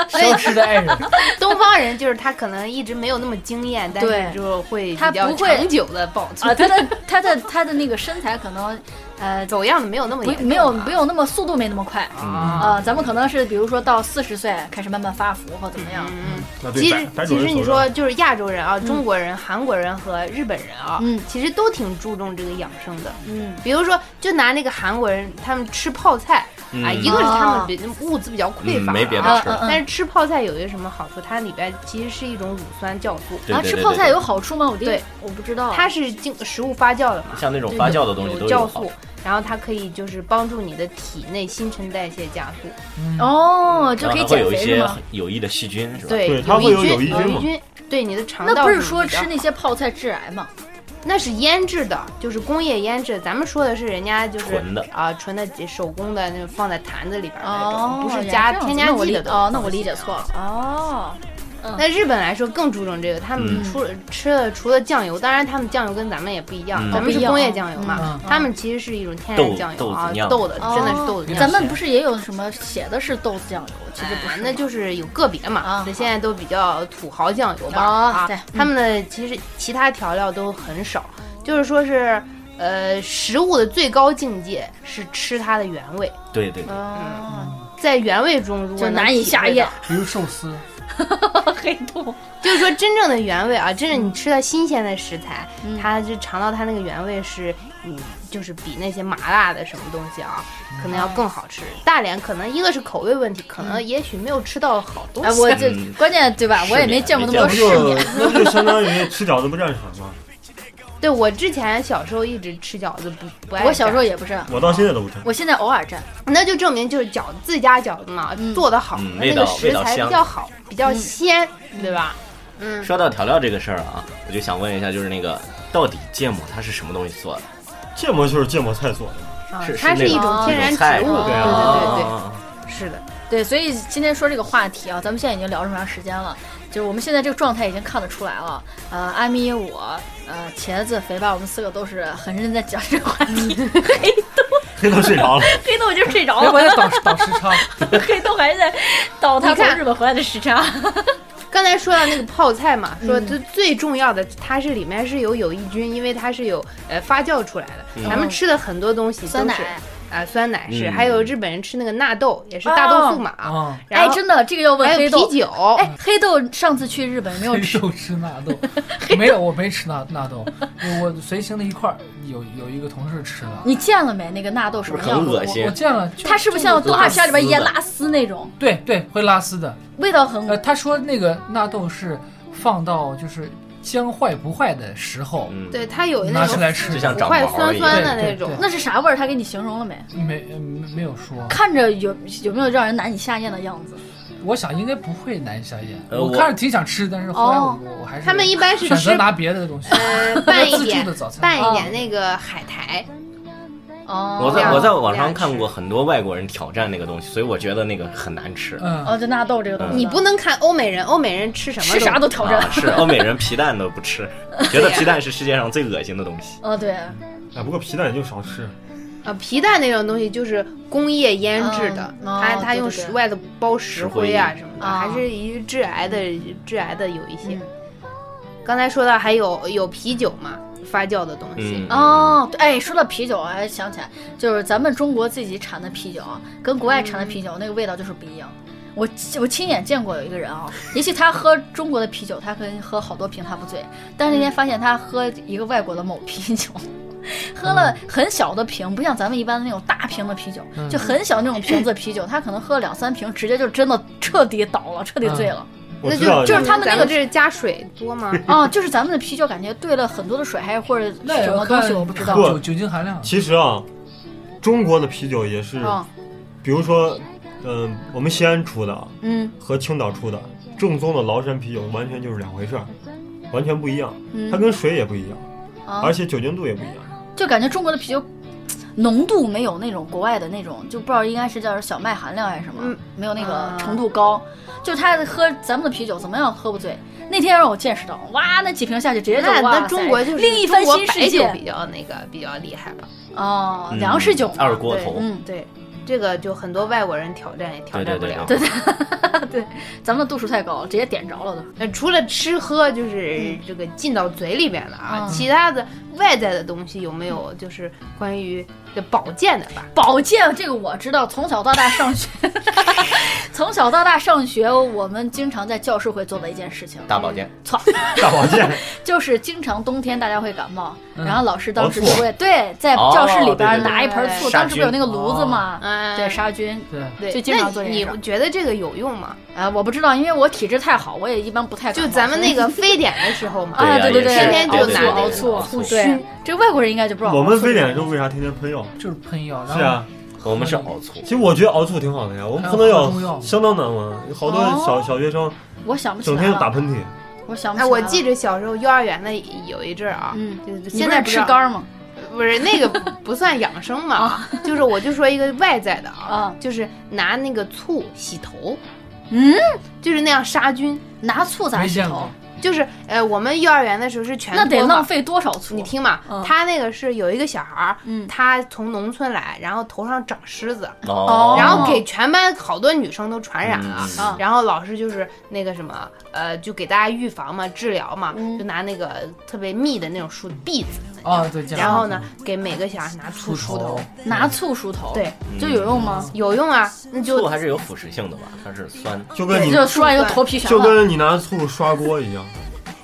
[SPEAKER 2] 消失的爱人，
[SPEAKER 3] 东方人就是他可能一直没有那么惊艳，但
[SPEAKER 6] 对
[SPEAKER 3] 是就会呃
[SPEAKER 6] 他
[SPEAKER 3] 比较
[SPEAKER 6] 不会
[SPEAKER 3] 长久的保存
[SPEAKER 6] 啊，他的他的他的那个身材可能，呃，
[SPEAKER 3] 走样的没有那么
[SPEAKER 6] 不
[SPEAKER 3] 严重
[SPEAKER 6] 没有
[SPEAKER 3] 啊
[SPEAKER 6] 没有那么速度没那么快。
[SPEAKER 3] 啊。
[SPEAKER 6] 呃，咱们可能是比如说到四十岁开始慢慢发福或怎么样，
[SPEAKER 3] 嗯，
[SPEAKER 1] 那对
[SPEAKER 3] 其
[SPEAKER 1] 白
[SPEAKER 3] 实
[SPEAKER 1] 白种
[SPEAKER 3] 其
[SPEAKER 1] 人
[SPEAKER 3] 实你
[SPEAKER 1] 走着
[SPEAKER 3] 说就是亚洲人啊，中国人、韩国人和日本人啊，
[SPEAKER 6] 嗯
[SPEAKER 3] 其实都挺注重这个养生的。
[SPEAKER 6] 嗯，
[SPEAKER 3] 比如说，就拿那个韩国人，他们吃泡菜啊，
[SPEAKER 5] 嗯
[SPEAKER 3] 一个是他们
[SPEAKER 6] 哦
[SPEAKER 3] 比物资比较匮
[SPEAKER 5] 嗯
[SPEAKER 3] 乏啊，
[SPEAKER 5] 没别的
[SPEAKER 6] 啊
[SPEAKER 5] 事
[SPEAKER 6] 嗯
[SPEAKER 5] 儿
[SPEAKER 3] 但
[SPEAKER 6] 嗯。
[SPEAKER 3] 是吃泡菜有一个什么好处？它里边其实是一种乳酸酵素，
[SPEAKER 5] 对
[SPEAKER 6] 然后
[SPEAKER 5] 对
[SPEAKER 6] 啊吃
[SPEAKER 5] 对
[SPEAKER 6] 泡
[SPEAKER 5] 对
[SPEAKER 6] 菜
[SPEAKER 5] 对
[SPEAKER 6] 有好处吗？我对
[SPEAKER 3] 对，
[SPEAKER 6] 我不知道。
[SPEAKER 3] 它是经食物发酵的嘛，
[SPEAKER 5] 像那种发酵的东西
[SPEAKER 3] 有
[SPEAKER 5] 都
[SPEAKER 3] 酵
[SPEAKER 5] 好
[SPEAKER 3] 素，然后它可以就是帮助你的体内新陈代谢加速，
[SPEAKER 2] 嗯
[SPEAKER 6] 哦，就
[SPEAKER 5] 然后
[SPEAKER 6] 可以
[SPEAKER 5] 它会有
[SPEAKER 6] 减
[SPEAKER 5] 一
[SPEAKER 6] 肥是
[SPEAKER 5] 些
[SPEAKER 6] 吗？
[SPEAKER 5] 有益的细菌，是吧？
[SPEAKER 1] 对
[SPEAKER 3] 对
[SPEAKER 1] 它会有
[SPEAKER 3] 益
[SPEAKER 1] 有益菌
[SPEAKER 3] 有
[SPEAKER 1] 嘛
[SPEAKER 3] 益菌对你的肠道
[SPEAKER 6] 那不是
[SPEAKER 3] 什么
[SPEAKER 6] 说
[SPEAKER 3] 的
[SPEAKER 6] 吃那些泡菜致癌吗？
[SPEAKER 3] 那是腌制的，就是工业腌制。咱们说的是人家就是
[SPEAKER 5] 纯的
[SPEAKER 3] 啊、纯的手工的那种放在坛子里边的啊那种，
[SPEAKER 6] 哦，
[SPEAKER 3] 不是
[SPEAKER 6] 原
[SPEAKER 3] 加
[SPEAKER 6] 来这样
[SPEAKER 3] 添
[SPEAKER 6] 子
[SPEAKER 3] 加
[SPEAKER 6] 那我
[SPEAKER 3] 剂
[SPEAKER 6] 理
[SPEAKER 3] 的东西啊
[SPEAKER 6] 哦，那我理解错了。哦，
[SPEAKER 3] 那日本来说更注重这个，他们
[SPEAKER 5] 嗯
[SPEAKER 3] 除了、吃的除了酱油，当然他们酱油跟咱们也不一样，
[SPEAKER 5] 嗯
[SPEAKER 3] 咱们
[SPEAKER 6] 哦不
[SPEAKER 3] 是
[SPEAKER 6] 一样
[SPEAKER 3] 工业酱油嘛，
[SPEAKER 2] 嗯
[SPEAKER 3] 他们其实是一种天然酱油
[SPEAKER 5] 豆豆
[SPEAKER 3] 啊
[SPEAKER 5] 子，酿
[SPEAKER 3] 豆的真的是
[SPEAKER 6] 哦
[SPEAKER 3] 豆子
[SPEAKER 6] 咱
[SPEAKER 3] 酿。
[SPEAKER 6] 们不是也有什么写的是豆子酱油，其实不是吗，
[SPEAKER 3] 哎
[SPEAKER 6] 哦
[SPEAKER 3] 那就是有个别嘛
[SPEAKER 6] 啊，
[SPEAKER 3] 那、现在都比较土豪酱油吧、
[SPEAKER 6] 哦
[SPEAKER 3] 啊
[SPEAKER 6] 对嗯，
[SPEAKER 3] 他们的其实其他调料都很少，就是说是，呃，食物的最高境界是吃它的原味，
[SPEAKER 5] 对对对，
[SPEAKER 6] 哦，
[SPEAKER 3] 在原味中如果
[SPEAKER 6] 就
[SPEAKER 3] 嗯能
[SPEAKER 6] 难以
[SPEAKER 3] 体
[SPEAKER 6] 下
[SPEAKER 3] 会
[SPEAKER 6] 咽
[SPEAKER 3] 到，
[SPEAKER 2] 比如寿司，
[SPEAKER 6] 黑洞。
[SPEAKER 3] 就是说真正的原味啊，真正你吃到新鲜的食材，
[SPEAKER 6] 嗯
[SPEAKER 3] 它就尝到它那个原味是，嗯，就是比那些麻辣的什么东西啊，
[SPEAKER 6] 嗯
[SPEAKER 3] 可能要更好吃。大连可能一个是口味问题，可能也许没有吃到好东
[SPEAKER 6] 嗯哎，
[SPEAKER 3] 西。
[SPEAKER 6] 我这
[SPEAKER 5] 嗯
[SPEAKER 6] 关键对吧？
[SPEAKER 5] 世
[SPEAKER 6] 我也
[SPEAKER 5] 面
[SPEAKER 6] 没见过那
[SPEAKER 5] 没
[SPEAKER 6] 么
[SPEAKER 5] 见过
[SPEAKER 6] 多
[SPEAKER 1] 那不
[SPEAKER 6] 世
[SPEAKER 1] 就
[SPEAKER 6] 面。
[SPEAKER 1] 那不就相当于吃饺子不蘸水吗？
[SPEAKER 3] 对我之前小时候一直吃饺子不不爱，
[SPEAKER 6] 我小时候，也不是，啊
[SPEAKER 1] 我到现在都不蘸。
[SPEAKER 6] 我现在偶尔蘸。
[SPEAKER 3] 那就证明就是饺子自家饺子嘛，
[SPEAKER 6] 嗯
[SPEAKER 3] 做的好，
[SPEAKER 5] 嗯味
[SPEAKER 3] 那
[SPEAKER 5] 道
[SPEAKER 3] 个食材比较好，比较鲜，对吧？嗯，
[SPEAKER 5] 说到调料这个事儿啊，我就想问一下，就是那个到底芥末它是什么东西做的？
[SPEAKER 1] 芥末就是芥末菜做的，
[SPEAKER 3] 啊
[SPEAKER 5] 是
[SPEAKER 3] 它
[SPEAKER 5] 是
[SPEAKER 3] 是
[SPEAKER 5] 那
[SPEAKER 3] 一
[SPEAKER 5] 种
[SPEAKER 3] 种天然
[SPEAKER 5] 那种菜
[SPEAKER 3] 植物，
[SPEAKER 5] 是吧
[SPEAKER 3] 对
[SPEAKER 6] 哦
[SPEAKER 3] 对对
[SPEAKER 5] 啊
[SPEAKER 3] 对，是的。
[SPEAKER 6] 对，所以今天说这个话题啊，咱们现在已经聊这么长时间了，就是我们现在这个状态已经看得出来了。呃，阿咪我，呃，茄子肥爸，我们四个都是很认真在讲这个话题。
[SPEAKER 3] 嗯
[SPEAKER 6] 黑
[SPEAKER 1] 黑都睡着了。
[SPEAKER 6] 黑豆就睡
[SPEAKER 3] 哦
[SPEAKER 6] 着
[SPEAKER 2] 哎，我
[SPEAKER 6] 了，
[SPEAKER 2] 在倒倒时 差，
[SPEAKER 6] 黑豆还在倒他
[SPEAKER 3] 你
[SPEAKER 6] 从
[SPEAKER 3] 看
[SPEAKER 6] 日本回来的时差。
[SPEAKER 3] 刚才说到那个泡菜嘛，说最最重要的，它是里面是有有益菌，因为它是有呃发酵出来的。咱们吃的很多东西都
[SPEAKER 6] 酸奶
[SPEAKER 3] 是啊，酸奶是，
[SPEAKER 5] 嗯
[SPEAKER 3] 还有日本人吃那个纳豆，也是大豆素嘛，
[SPEAKER 2] 啊，
[SPEAKER 3] 然
[SPEAKER 6] 哎，
[SPEAKER 3] 后
[SPEAKER 6] 真的，这个要问
[SPEAKER 3] 还
[SPEAKER 6] 黑
[SPEAKER 3] 有啤
[SPEAKER 6] 豆。
[SPEAKER 3] 酒，
[SPEAKER 6] 哎，黑豆上次去日本没有
[SPEAKER 2] 黑
[SPEAKER 6] 吃，
[SPEAKER 2] 豆吃纳豆，没有，我没吃纳纳豆，我我随行的一块儿有有一个同事吃了，
[SPEAKER 6] 你见了没？那个纳豆什么样
[SPEAKER 5] 很
[SPEAKER 6] 子？
[SPEAKER 5] 恶心
[SPEAKER 2] 我见了，就
[SPEAKER 6] 它是不是像动画片里边腌拉丝那种？
[SPEAKER 2] 对对会拉丝的，
[SPEAKER 6] 味道很
[SPEAKER 2] 呃，他说那个纳豆是放到就是将坏不坏的时候
[SPEAKER 5] 嗯，
[SPEAKER 3] 对，它有那
[SPEAKER 2] 拿出
[SPEAKER 3] 种
[SPEAKER 2] 来吃
[SPEAKER 5] 就，像
[SPEAKER 3] 腐
[SPEAKER 5] 长
[SPEAKER 3] 坏
[SPEAKER 5] 毛了
[SPEAKER 3] 酸
[SPEAKER 5] 一
[SPEAKER 3] 酸
[SPEAKER 5] 样。
[SPEAKER 3] 的
[SPEAKER 2] 对
[SPEAKER 3] 那
[SPEAKER 2] 对
[SPEAKER 3] 种
[SPEAKER 2] 对。
[SPEAKER 6] 那是啥味儿？他给你形容了没？
[SPEAKER 2] 没呃没没有说，
[SPEAKER 6] 看着有有没有让人难以下咽的样子？
[SPEAKER 2] 我想应该不会难以下咽，
[SPEAKER 5] 呃
[SPEAKER 2] 我
[SPEAKER 5] 我
[SPEAKER 2] 看着挺想吃，但是后来我
[SPEAKER 6] 哦
[SPEAKER 2] 我我还是
[SPEAKER 3] 他们一般是
[SPEAKER 2] 选择
[SPEAKER 3] 吃
[SPEAKER 2] 拿别的东西，
[SPEAKER 3] 呃拌一
[SPEAKER 2] 自助
[SPEAKER 3] 点
[SPEAKER 2] 的早餐啊
[SPEAKER 3] 拌一
[SPEAKER 6] 哦
[SPEAKER 3] 点那个海苔，
[SPEAKER 6] 哦，
[SPEAKER 5] 啊我
[SPEAKER 3] 这
[SPEAKER 5] 在
[SPEAKER 3] 样
[SPEAKER 5] 我在网
[SPEAKER 3] 这样
[SPEAKER 5] 上看过很多外国人挑战那个东西，所以我觉得那个很难吃。啊
[SPEAKER 2] 嗯，
[SPEAKER 3] 呃
[SPEAKER 6] 哦，就纳豆这个东西，
[SPEAKER 3] 你
[SPEAKER 5] 嗯
[SPEAKER 3] 不能看欧美人，欧美人吃什
[SPEAKER 6] 吃
[SPEAKER 3] 么
[SPEAKER 6] 啥
[SPEAKER 3] 都
[SPEAKER 6] 都挑战
[SPEAKER 5] 啊，。是欧美人皮蛋都不吃，觉得皮蛋是世界上最恶心的东西。
[SPEAKER 6] 哦，对，
[SPEAKER 1] 哎，不过皮蛋也就少吃。
[SPEAKER 3] 呃皮蛋那种东西就是工业腌制的，
[SPEAKER 6] 嗯哦
[SPEAKER 3] 它它
[SPEAKER 6] 对
[SPEAKER 3] 用
[SPEAKER 6] 对对
[SPEAKER 3] 石外头包石灰啊什么
[SPEAKER 6] 石
[SPEAKER 3] 的，
[SPEAKER 6] 灰
[SPEAKER 3] 还是于致癌的致癌的有一些。
[SPEAKER 6] 嗯
[SPEAKER 3] 刚才说到还有有啤酒嘛，发酵的东西，
[SPEAKER 5] 嗯，
[SPEAKER 6] 哦，对，哎，说到啤酒，我还想起来，就是咱们中国自己产的啤酒啊，跟国外产的啤酒那个味道就是不一样。我我亲眼见过有一个人啊，也许他喝中国的啤酒，他可以喝好多瓶他不醉，但是那天发现他喝一个外国的某啤酒。 喝了
[SPEAKER 5] 嗯
[SPEAKER 6] 很小的瓶，不像咱们一般的那种大瓶的啤酒，
[SPEAKER 2] 嗯
[SPEAKER 6] 就很小那种瓶子啤酒，他可能喝了两三瓶，直接就真的彻底倒了，彻底醉了。
[SPEAKER 1] 我
[SPEAKER 3] 那
[SPEAKER 1] 知道
[SPEAKER 3] 就
[SPEAKER 1] 有
[SPEAKER 3] 是
[SPEAKER 6] 他们那个
[SPEAKER 3] 咱这是加水多吗？
[SPEAKER 6] 啊，就是咱们的啤酒感觉兑了很多的水，还是或者
[SPEAKER 2] 那也
[SPEAKER 6] 什么
[SPEAKER 2] 要
[SPEAKER 6] 东西，
[SPEAKER 2] 看
[SPEAKER 6] 我不知道。
[SPEAKER 1] 不
[SPEAKER 2] 酒酒精含量，
[SPEAKER 1] 其实啊，中国的啤酒也是，
[SPEAKER 6] 啊，
[SPEAKER 1] 比如说，嗯、我们西安出的啊
[SPEAKER 6] 嗯
[SPEAKER 1] 和青岛出的正宗的崂山啤酒完全就是两回事儿，完全不一样。
[SPEAKER 6] 嗯，
[SPEAKER 1] 它跟水也不一样，
[SPEAKER 6] 啊
[SPEAKER 1] 而且酒精度也不一样。
[SPEAKER 6] 就感觉中国的啤酒浓度没有那种国外的那种，就不知道应该是叫小麦含量还是什么，
[SPEAKER 3] 嗯
[SPEAKER 6] 没有那个
[SPEAKER 3] 啊
[SPEAKER 6] 程度高。就他喝咱们的啤酒怎么样喝不醉？那天让我见识到，哇，那几瓶下去直接就
[SPEAKER 3] 那
[SPEAKER 6] 哇
[SPEAKER 3] 那
[SPEAKER 6] 塞
[SPEAKER 3] 中国就是
[SPEAKER 6] 另一番
[SPEAKER 3] 中国
[SPEAKER 6] 新
[SPEAKER 3] 白
[SPEAKER 6] 世
[SPEAKER 3] 酒
[SPEAKER 6] 界
[SPEAKER 3] 比较那个比较厉害吧。
[SPEAKER 6] 哦，
[SPEAKER 5] 嗯
[SPEAKER 6] 粮食酒嘛
[SPEAKER 5] 二锅头，
[SPEAKER 6] 嗯，
[SPEAKER 3] 对，这个就很多外国人挑战也挑
[SPEAKER 5] 对对
[SPEAKER 3] 战不
[SPEAKER 5] 对
[SPEAKER 3] 了。
[SPEAKER 5] 对对，
[SPEAKER 6] 咱们的度数太高了，直接点着了都。
[SPEAKER 3] 呃，除了吃喝，就是这个进到嘴里边的啊，
[SPEAKER 6] 嗯
[SPEAKER 3] 其他的外在的东西有没有就是关于这保健的吧？
[SPEAKER 6] 保健这个我知道，从小到大上学，从小到大上学，我们经常在教室会做的一件事情，
[SPEAKER 5] 大保健，
[SPEAKER 6] 操，
[SPEAKER 1] 大保健，
[SPEAKER 6] 就是经常冬天大家会感冒，
[SPEAKER 2] 嗯
[SPEAKER 6] 然后老师当时就
[SPEAKER 1] 熬
[SPEAKER 6] 会对在教室
[SPEAKER 5] 哦
[SPEAKER 6] 里边
[SPEAKER 5] 哦对对对哦
[SPEAKER 6] 拿一盆醋，
[SPEAKER 3] 对
[SPEAKER 6] 当时不是有那个炉子嘛，
[SPEAKER 3] 嗯，
[SPEAKER 6] 对杀菌。
[SPEAKER 2] 对，
[SPEAKER 3] 对，
[SPEAKER 6] 就经常
[SPEAKER 3] 那
[SPEAKER 6] 做这
[SPEAKER 3] 你
[SPEAKER 6] 件事
[SPEAKER 3] 觉得这个有用吗？
[SPEAKER 6] 啊，我不知道，因为我体质太好，我也一般不太感
[SPEAKER 3] 就
[SPEAKER 6] 冒
[SPEAKER 3] 咱们那个
[SPEAKER 6] 所以
[SPEAKER 3] 非典的时候嘛，
[SPEAKER 6] 啊，
[SPEAKER 5] 对呀
[SPEAKER 6] 哎 对对
[SPEAKER 5] 也
[SPEAKER 6] 对，
[SPEAKER 5] 是
[SPEAKER 3] 天天就拿那
[SPEAKER 6] 熬
[SPEAKER 3] 个
[SPEAKER 6] 醋
[SPEAKER 5] 哦醋
[SPEAKER 6] 对，这外国人应该就不知道。
[SPEAKER 1] 我们非典的时候为啥天天喷药？
[SPEAKER 2] 就是喷药，然
[SPEAKER 1] 是
[SPEAKER 2] 后
[SPEAKER 1] 啊，
[SPEAKER 5] 我们是熬醋
[SPEAKER 1] 其。实我觉得熬醋挺好的呀，我们
[SPEAKER 2] 还
[SPEAKER 1] 喷
[SPEAKER 2] 有
[SPEAKER 1] 的
[SPEAKER 2] 喝中药
[SPEAKER 1] 相当难闻，好多
[SPEAKER 6] 哦
[SPEAKER 1] 小小学生
[SPEAKER 6] 我想不起
[SPEAKER 1] 整
[SPEAKER 6] 来
[SPEAKER 1] 天就打
[SPEAKER 6] 了，
[SPEAKER 1] 喷嚏。
[SPEAKER 6] 我想不起
[SPEAKER 3] 哎，
[SPEAKER 6] 来。
[SPEAKER 3] 我记，着小时候幼儿园的有一阵儿啊，
[SPEAKER 6] 嗯，
[SPEAKER 3] 就是
[SPEAKER 6] 你
[SPEAKER 3] 现
[SPEAKER 6] 不
[SPEAKER 3] 在
[SPEAKER 6] 是
[SPEAKER 3] 不
[SPEAKER 6] 吃
[SPEAKER 3] 知道
[SPEAKER 6] 肝儿吗？
[SPEAKER 3] 不是 那个不不算养生嘛，就是我就说一个外在的啊
[SPEAKER 6] 啊，
[SPEAKER 3] 就是拿那个醋洗头，
[SPEAKER 6] 嗯，
[SPEAKER 3] 就是那样杀菌，
[SPEAKER 6] 拿醋咋
[SPEAKER 2] 没
[SPEAKER 6] 洗
[SPEAKER 2] 见
[SPEAKER 6] 头
[SPEAKER 2] 过？
[SPEAKER 3] 就是呃，我们幼儿园的时候是全
[SPEAKER 6] 那得
[SPEAKER 3] 脱嘛
[SPEAKER 6] 浪费多少醋？
[SPEAKER 3] 你，听嘛，
[SPEAKER 6] 嗯
[SPEAKER 3] 他那个是有一个小孩儿，
[SPEAKER 6] 嗯
[SPEAKER 3] 他从农村来，然后头上长虱子，
[SPEAKER 5] 哦
[SPEAKER 3] 然后给全班好多女生都传染了。
[SPEAKER 5] 嗯
[SPEAKER 6] 啊
[SPEAKER 3] 然后老师就是那个什么，呃，就给大家预防嘛、治疗嘛，
[SPEAKER 6] 嗯
[SPEAKER 3] 就拿那个特别密的那种梳篦子，
[SPEAKER 5] 嗯
[SPEAKER 2] 啊对，见过
[SPEAKER 3] 然后呢，给每个小孩拿醋梳头，
[SPEAKER 6] 拿醋梳头，嗯
[SPEAKER 3] 对，
[SPEAKER 6] 就有用吗？
[SPEAKER 3] 有用啊，那
[SPEAKER 5] 醋
[SPEAKER 3] 就
[SPEAKER 5] 还是有腐蚀性的吧？它是酸，
[SPEAKER 1] 就跟你
[SPEAKER 6] 嗯就梳完就头皮全
[SPEAKER 1] 就
[SPEAKER 6] 了。
[SPEAKER 1] 跟你拿醋刷锅一样，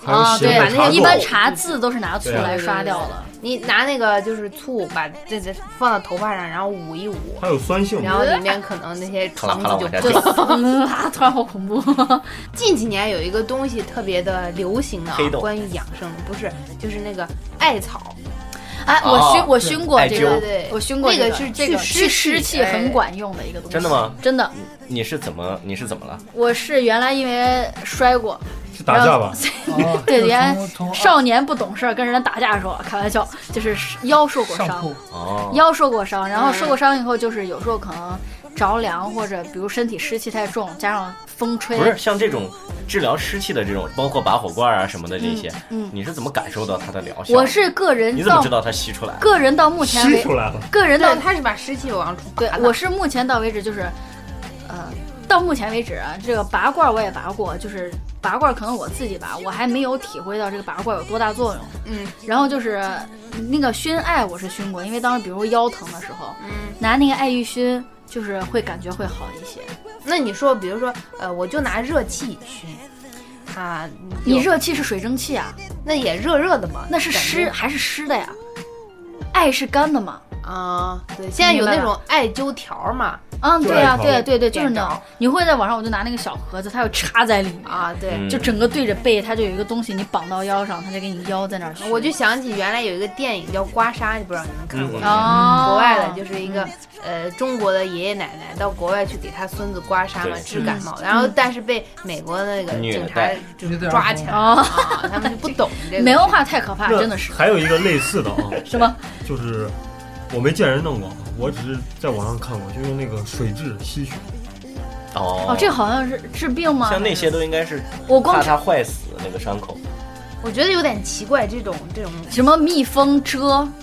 [SPEAKER 1] 还有
[SPEAKER 6] 啊，
[SPEAKER 1] 洗
[SPEAKER 6] 对，
[SPEAKER 1] 脸
[SPEAKER 6] 把
[SPEAKER 1] 茶
[SPEAKER 6] 那
[SPEAKER 1] 垢
[SPEAKER 6] 个一般茶渍都是拿醋
[SPEAKER 1] 对
[SPEAKER 6] 来刷掉的。
[SPEAKER 3] 你拿那个就是醋把这这放到头发上，然后捂一捂，
[SPEAKER 1] 它有酸性嘛，
[SPEAKER 3] 然后里面可能那些
[SPEAKER 5] 啪啦
[SPEAKER 3] 虫
[SPEAKER 5] 啪嗯啦往下
[SPEAKER 3] 子就
[SPEAKER 6] 就
[SPEAKER 5] 掉。
[SPEAKER 6] 嗯啊，突然好恐 怖！
[SPEAKER 3] 近几年有一个东西特别的流行啊
[SPEAKER 5] 黑，豆
[SPEAKER 3] 关于养生，不是，就是那个艾草，
[SPEAKER 6] 哎，我
[SPEAKER 5] 哦
[SPEAKER 6] 熏我熏过
[SPEAKER 5] 艾
[SPEAKER 6] 这
[SPEAKER 5] 灸
[SPEAKER 6] 个
[SPEAKER 3] 对对，
[SPEAKER 6] 我熏过
[SPEAKER 3] 那
[SPEAKER 6] 这
[SPEAKER 3] 个是
[SPEAKER 6] 这个
[SPEAKER 3] 去
[SPEAKER 6] 去
[SPEAKER 3] 湿
[SPEAKER 6] 湿
[SPEAKER 3] 气
[SPEAKER 6] 气
[SPEAKER 3] 哎
[SPEAKER 6] 很管用的一个东西。
[SPEAKER 5] 真的吗？
[SPEAKER 6] 真的，
[SPEAKER 5] 你是怎么你是怎么了？
[SPEAKER 6] 我是原来因为摔过，
[SPEAKER 1] 是打架吧？
[SPEAKER 2] 哦
[SPEAKER 6] 对
[SPEAKER 2] 就
[SPEAKER 6] 原
[SPEAKER 2] 从从
[SPEAKER 6] 少年不懂事儿，跟人打架的时候，开玩笑，就是腰受过
[SPEAKER 2] 啊上
[SPEAKER 6] 伤，
[SPEAKER 2] 铺
[SPEAKER 5] 哦，
[SPEAKER 6] 腰受过伤，然后
[SPEAKER 5] 嗯
[SPEAKER 6] 受过伤以后，就是有时候可能着凉，或者比如身体湿气太重，加上风吹
[SPEAKER 5] 不，是像这种治疗湿气的这种，包括拔火罐啊什么的这些，
[SPEAKER 6] 嗯，
[SPEAKER 5] 你是怎么感受到它的疗效？
[SPEAKER 6] 我是个人
[SPEAKER 5] 你怎么
[SPEAKER 6] 到
[SPEAKER 5] 知道它吸出来？
[SPEAKER 6] 个人到目前
[SPEAKER 1] 吸
[SPEAKER 6] 为
[SPEAKER 1] 出来了，
[SPEAKER 6] 个人到
[SPEAKER 3] 但它是把湿气往出
[SPEAKER 6] 对
[SPEAKER 3] 拔，的
[SPEAKER 6] 我是目前到为止就是，呃，到目前为止啊，这个拔罐我也拔过，就是拔罐可能我自己吧，我还没有体会到这个拔罐有多大作用。
[SPEAKER 3] 嗯
[SPEAKER 6] 然后就是那个熏艾，我是熏过，因为当时比如腰疼的时候，
[SPEAKER 3] 嗯，
[SPEAKER 6] 拿那个艾玉熏，就是会感觉会好一些。
[SPEAKER 3] 那你说，比如说，呃，我就拿热气熏，它
[SPEAKER 6] 你
[SPEAKER 3] 有
[SPEAKER 6] 热气是水蒸气啊，
[SPEAKER 3] 那也热热的嘛，
[SPEAKER 6] 那是
[SPEAKER 3] 感觉
[SPEAKER 6] 湿还是湿的呀？艾是干的嘛？
[SPEAKER 3] 啊、对，现在有那种艾灸条嘛，
[SPEAKER 6] 嗯，对呀、啊，对、
[SPEAKER 1] 对
[SPEAKER 6] 啊、对、啊、对、啊，就是
[SPEAKER 3] 点
[SPEAKER 6] 那种
[SPEAKER 3] 着。
[SPEAKER 6] 你会在网上，我就拿那个小盒子，它有插在里面，
[SPEAKER 3] 啊，对。
[SPEAKER 5] 嗯
[SPEAKER 6] 就整个对着背，它就有一个东西，你绑到腰上，它就给你腰在那儿熏。
[SPEAKER 3] 我就想起原来有一个电影叫《刮痧》，你不知道你们
[SPEAKER 5] 嗯
[SPEAKER 3] 看过吗？
[SPEAKER 6] 哦，
[SPEAKER 3] 国外的就是一个呃中国的爷爷奶奶到国外去给他孙子刮痧嘛，
[SPEAKER 5] 对
[SPEAKER 3] 治感冒，然后但是被美国的那个
[SPEAKER 5] 虐
[SPEAKER 3] 警察
[SPEAKER 5] 待
[SPEAKER 3] 就
[SPEAKER 2] 虐待
[SPEAKER 3] 抓
[SPEAKER 2] 儿
[SPEAKER 3] 起
[SPEAKER 2] 童
[SPEAKER 3] 来了
[SPEAKER 6] 哦，
[SPEAKER 3] 啊， 他们就不懂这个。
[SPEAKER 6] 没文化太可怕，
[SPEAKER 1] 那
[SPEAKER 6] 啊真的是
[SPEAKER 1] 还有一个类似的啊，
[SPEAKER 6] 是吗？
[SPEAKER 1] 就是我没见人弄过，啊我只是在网上看过，就用那个水蛭吸血。
[SPEAKER 5] 哦
[SPEAKER 6] 哦，这好像是治病吗？
[SPEAKER 5] 像那些都应该是
[SPEAKER 6] 我光
[SPEAKER 5] 怕它坏死那个伤口，
[SPEAKER 3] 我觉得有点奇怪，这种这种
[SPEAKER 6] 什么蜜蜂蛰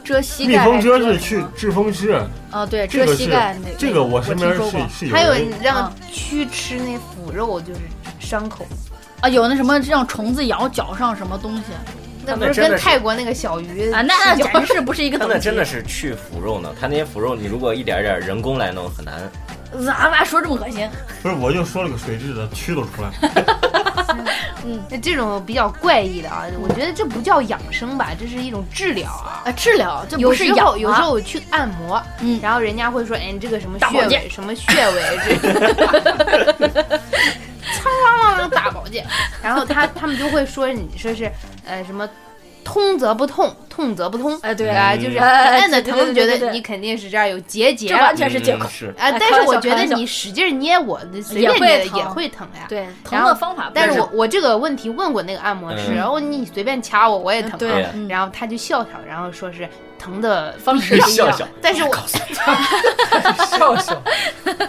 [SPEAKER 6] 蛰膝
[SPEAKER 1] 蜜
[SPEAKER 6] 盖，
[SPEAKER 1] 蜂蛰
[SPEAKER 6] 还
[SPEAKER 1] 是
[SPEAKER 6] 蛰什
[SPEAKER 1] 去
[SPEAKER 6] 么
[SPEAKER 1] 治风湿，
[SPEAKER 6] 哦，对，
[SPEAKER 1] 这
[SPEAKER 6] 蛰
[SPEAKER 1] 个
[SPEAKER 6] 膝
[SPEAKER 1] 是
[SPEAKER 6] 盖那
[SPEAKER 1] 这个我身边
[SPEAKER 6] 听说
[SPEAKER 1] 是
[SPEAKER 6] 过
[SPEAKER 1] 是
[SPEAKER 3] 还有
[SPEAKER 1] 人
[SPEAKER 3] 让蛆吃那腐肉，就是伤口，
[SPEAKER 6] 啊，有那什么让虫子咬脚上什么东西啊
[SPEAKER 3] 那
[SPEAKER 5] 那
[SPEAKER 3] 不是
[SPEAKER 5] 真的
[SPEAKER 3] 跟
[SPEAKER 5] 是
[SPEAKER 3] 泰国那个小鱼
[SPEAKER 6] 啊，那那
[SPEAKER 3] 吃脚
[SPEAKER 6] 简直是不 是一个
[SPEAKER 5] 它
[SPEAKER 6] 等
[SPEAKER 5] 那
[SPEAKER 6] 级？
[SPEAKER 5] 真的是去腐肉呢，它那些腐肉你如果一点一点人工来弄很难。
[SPEAKER 6] 咋吧说这么恶心？
[SPEAKER 1] 不是我就说了个水蛭的，蛆都出来了。
[SPEAKER 3] 那这种比较怪异的啊，我觉得这不叫养生吧，这是一种治疗啊。
[SPEAKER 6] 啊，治疗这
[SPEAKER 3] 有
[SPEAKER 6] 不是
[SPEAKER 3] 时
[SPEAKER 6] 咬
[SPEAKER 3] 候
[SPEAKER 6] 啊，
[SPEAKER 3] 有时候我去按摩，
[SPEAKER 6] 嗯
[SPEAKER 3] 然后人家会说，哎，你这个什么
[SPEAKER 6] 大保
[SPEAKER 3] 穴
[SPEAKER 6] 健
[SPEAKER 3] 位，什么穴位，这， 苍啷啷打保健，然后他他们就会说，你说是呃什么。通则不痛，痛则不通。
[SPEAKER 6] 哎对
[SPEAKER 3] 啊，就是
[SPEAKER 6] 哎
[SPEAKER 3] 按的
[SPEAKER 6] 对对对
[SPEAKER 3] 疼，觉
[SPEAKER 6] 对对
[SPEAKER 3] 得你肯定是这儿有结节
[SPEAKER 6] 这
[SPEAKER 3] 了
[SPEAKER 6] 完全是借口
[SPEAKER 5] 嗯。是
[SPEAKER 3] 啊
[SPEAKER 6] 哎。
[SPEAKER 3] 但
[SPEAKER 6] 开
[SPEAKER 3] 是
[SPEAKER 6] 玩
[SPEAKER 3] 我
[SPEAKER 6] 笑
[SPEAKER 3] 觉
[SPEAKER 6] 开
[SPEAKER 3] 得
[SPEAKER 6] 玩笑
[SPEAKER 3] 你使劲捏我，随
[SPEAKER 6] 也
[SPEAKER 3] 便
[SPEAKER 6] 会
[SPEAKER 3] 捏也
[SPEAKER 6] 疼
[SPEAKER 3] 会疼呀。
[SPEAKER 6] 对，疼
[SPEAKER 3] 然后
[SPEAKER 6] 的方法不一样，
[SPEAKER 3] 但是我我这个问题问过那个按摩师，
[SPEAKER 5] 嗯
[SPEAKER 3] 然后你随便掐我我也疼啊，
[SPEAKER 6] 对，
[SPEAKER 5] 疼
[SPEAKER 6] 嗯
[SPEAKER 3] 然后他就笑笑，然后说是疼的
[SPEAKER 6] 方式不一
[SPEAKER 5] 笑
[SPEAKER 6] 样
[SPEAKER 5] 笑，
[SPEAKER 3] 但是我
[SPEAKER 2] 笑笑，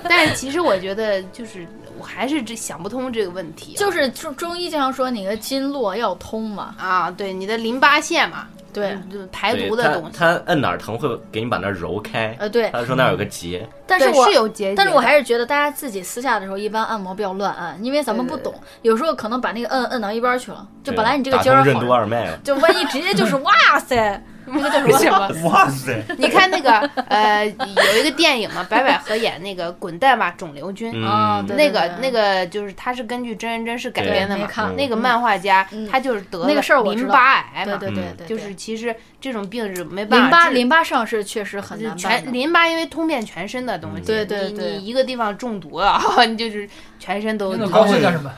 [SPEAKER 3] 但是其实我觉得就是我还是这想不通这个问题啊、
[SPEAKER 6] 就是中中医经常说你的经络要通嘛，
[SPEAKER 3] 啊，对你的淋巴腺嘛，
[SPEAKER 6] 对，
[SPEAKER 3] 就是排
[SPEAKER 5] 对
[SPEAKER 3] 毒的东西，
[SPEAKER 5] 它它摁哪儿疼会给你把那儿揉开。
[SPEAKER 6] 呃对，
[SPEAKER 5] 他说那儿有个结，
[SPEAKER 6] 但是
[SPEAKER 3] 对
[SPEAKER 6] 我
[SPEAKER 3] 是有结节的，
[SPEAKER 6] 但是我还是觉得大家自己私下的时候，一般按摩不要乱按，因为咱们不
[SPEAKER 3] 对对
[SPEAKER 6] 懂，有时候可能把那个摁摁到一边儿去了，就本来你这个
[SPEAKER 5] 打
[SPEAKER 6] 筋儿
[SPEAKER 5] 通任督
[SPEAKER 6] 好，
[SPEAKER 5] 二脉了。
[SPEAKER 6] 就万一直接就是哇塞，那个叫什么？
[SPEAKER 1] 哇塞，
[SPEAKER 3] 你看那个呃有一个电影嘛，白百合演那个《滚蛋吧肿瘤君》。
[SPEAKER 5] 嗯
[SPEAKER 6] 啊，对
[SPEAKER 3] 那个
[SPEAKER 6] 对
[SPEAKER 3] 那个就是，它是根据真人真事改
[SPEAKER 5] 对
[SPEAKER 3] 编的
[SPEAKER 6] 没
[SPEAKER 3] 嘛。
[SPEAKER 6] 看
[SPEAKER 3] 那个漫画家
[SPEAKER 6] 嗯，
[SPEAKER 3] 他就是得
[SPEAKER 6] 那个
[SPEAKER 3] 了
[SPEAKER 6] 事儿我知
[SPEAKER 3] 淋
[SPEAKER 6] 道
[SPEAKER 3] 巴癌嘛
[SPEAKER 6] 对，对对
[SPEAKER 5] 嗯
[SPEAKER 6] 对，
[SPEAKER 3] 就是其实这种病是没办法
[SPEAKER 6] 淋巴
[SPEAKER 3] 治
[SPEAKER 6] 淋巴上是确实很
[SPEAKER 3] 就
[SPEAKER 6] 难办
[SPEAKER 3] 全
[SPEAKER 6] 的，
[SPEAKER 3] 淋巴，因为通遍全身的东西，
[SPEAKER 5] 嗯
[SPEAKER 6] 对对
[SPEAKER 3] 你
[SPEAKER 6] 对
[SPEAKER 3] 你一个地方中毒了， 你就是全身都
[SPEAKER 2] 那
[SPEAKER 3] 有
[SPEAKER 2] 高兴干什么？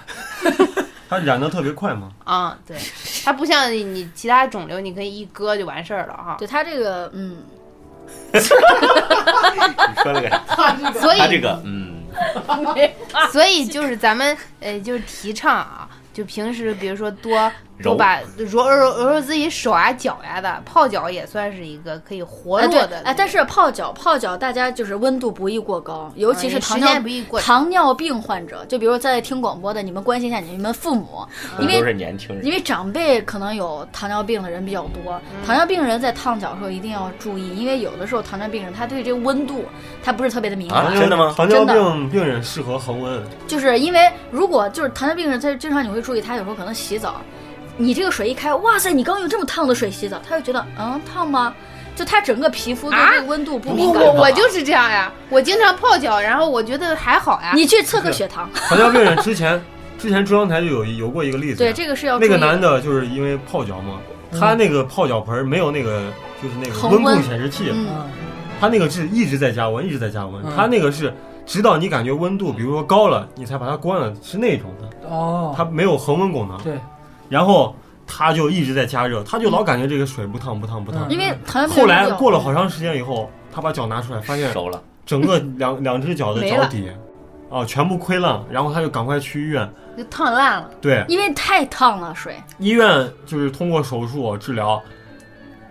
[SPEAKER 1] 它染得特别快嘛。
[SPEAKER 3] 啊、 对，它不像你其他肿瘤，你可以一割就完事儿了哈。
[SPEAKER 6] 对他这个嗯，
[SPEAKER 5] 你说那 个啥？
[SPEAKER 3] 所
[SPEAKER 5] 他这
[SPEAKER 3] 以
[SPEAKER 5] 个，嗯，
[SPEAKER 3] 所以就是咱们呃，就是提倡啊，就平时比如说多多
[SPEAKER 5] 揉
[SPEAKER 3] 把揉揉揉揉自己手啊脚呀的，泡脚也算是一个可以活
[SPEAKER 6] 哎
[SPEAKER 3] 络
[SPEAKER 6] 对
[SPEAKER 3] 的，
[SPEAKER 6] 哎，但是泡脚泡脚大家就是温度不宜过高，尤其是
[SPEAKER 3] 嗯
[SPEAKER 6] 糖
[SPEAKER 3] 时间
[SPEAKER 6] 尿
[SPEAKER 3] 不宜过
[SPEAKER 6] 糖尿病患者，就比如在听广播的，你们关心一下你们父母，因为
[SPEAKER 5] 都是年轻人
[SPEAKER 6] 因。为长辈可能有糖尿病的人比较多，
[SPEAKER 3] 嗯
[SPEAKER 6] 糖尿病人在烫脚的时候一定要注意，因为有的时候糖尿病人他对这个温度他不是特别的敏感，
[SPEAKER 5] 啊真的吗
[SPEAKER 1] 糖尿
[SPEAKER 6] 真
[SPEAKER 1] 病病人适合恒温，
[SPEAKER 6] 就是因为如果就是糖尿病人在经常你会注意他有时候可能洗澡，你这个水一开，哇塞，你刚用这么烫的水洗澡，他就觉得嗯烫吗？就他整个皮肤对
[SPEAKER 3] 啊
[SPEAKER 6] 这个温度不敏
[SPEAKER 3] 我
[SPEAKER 6] 感。
[SPEAKER 3] 我我就是这样呀，我经常泡脚，然后我觉得还好呀。
[SPEAKER 6] 你去测个血糖，
[SPEAKER 1] 糖尿病人之前之前中央台就有有过一个例子，啊
[SPEAKER 6] 对这个是哦要注
[SPEAKER 1] 那
[SPEAKER 6] 意
[SPEAKER 1] 个
[SPEAKER 6] 的。
[SPEAKER 1] 男的就是因为泡脚嘛，他那个泡脚盆儿没有那个就是那个
[SPEAKER 6] 恒温
[SPEAKER 1] 温控显示器，
[SPEAKER 6] 嗯
[SPEAKER 2] 嗯，
[SPEAKER 1] 他那个是一直在加温，一直在加温，
[SPEAKER 2] 嗯
[SPEAKER 1] 他那个是。直到你感觉温度，比如说高了，你才把它关了，是那种的，
[SPEAKER 2] 哦，
[SPEAKER 1] 它没有恒温功能。
[SPEAKER 2] 对，
[SPEAKER 1] 然后他就一直在加热，他就老感觉这个水不烫不烫不
[SPEAKER 3] 嗯
[SPEAKER 1] 烫。
[SPEAKER 6] 嗯因为糖尿病
[SPEAKER 1] 后
[SPEAKER 6] 人
[SPEAKER 1] 来
[SPEAKER 6] 比较
[SPEAKER 1] 过了好长时间以后，他把脚拿出来，发现
[SPEAKER 5] 熟了，
[SPEAKER 1] 整个两两只脚的
[SPEAKER 3] 没
[SPEAKER 1] 脚
[SPEAKER 3] 了
[SPEAKER 1] 底，啊，全部溃烂，然后他就赶快去医院。
[SPEAKER 3] 就烫烂了，
[SPEAKER 1] 对，
[SPEAKER 6] 因为太烫了水，
[SPEAKER 1] 医院就是通过手术啊治疗，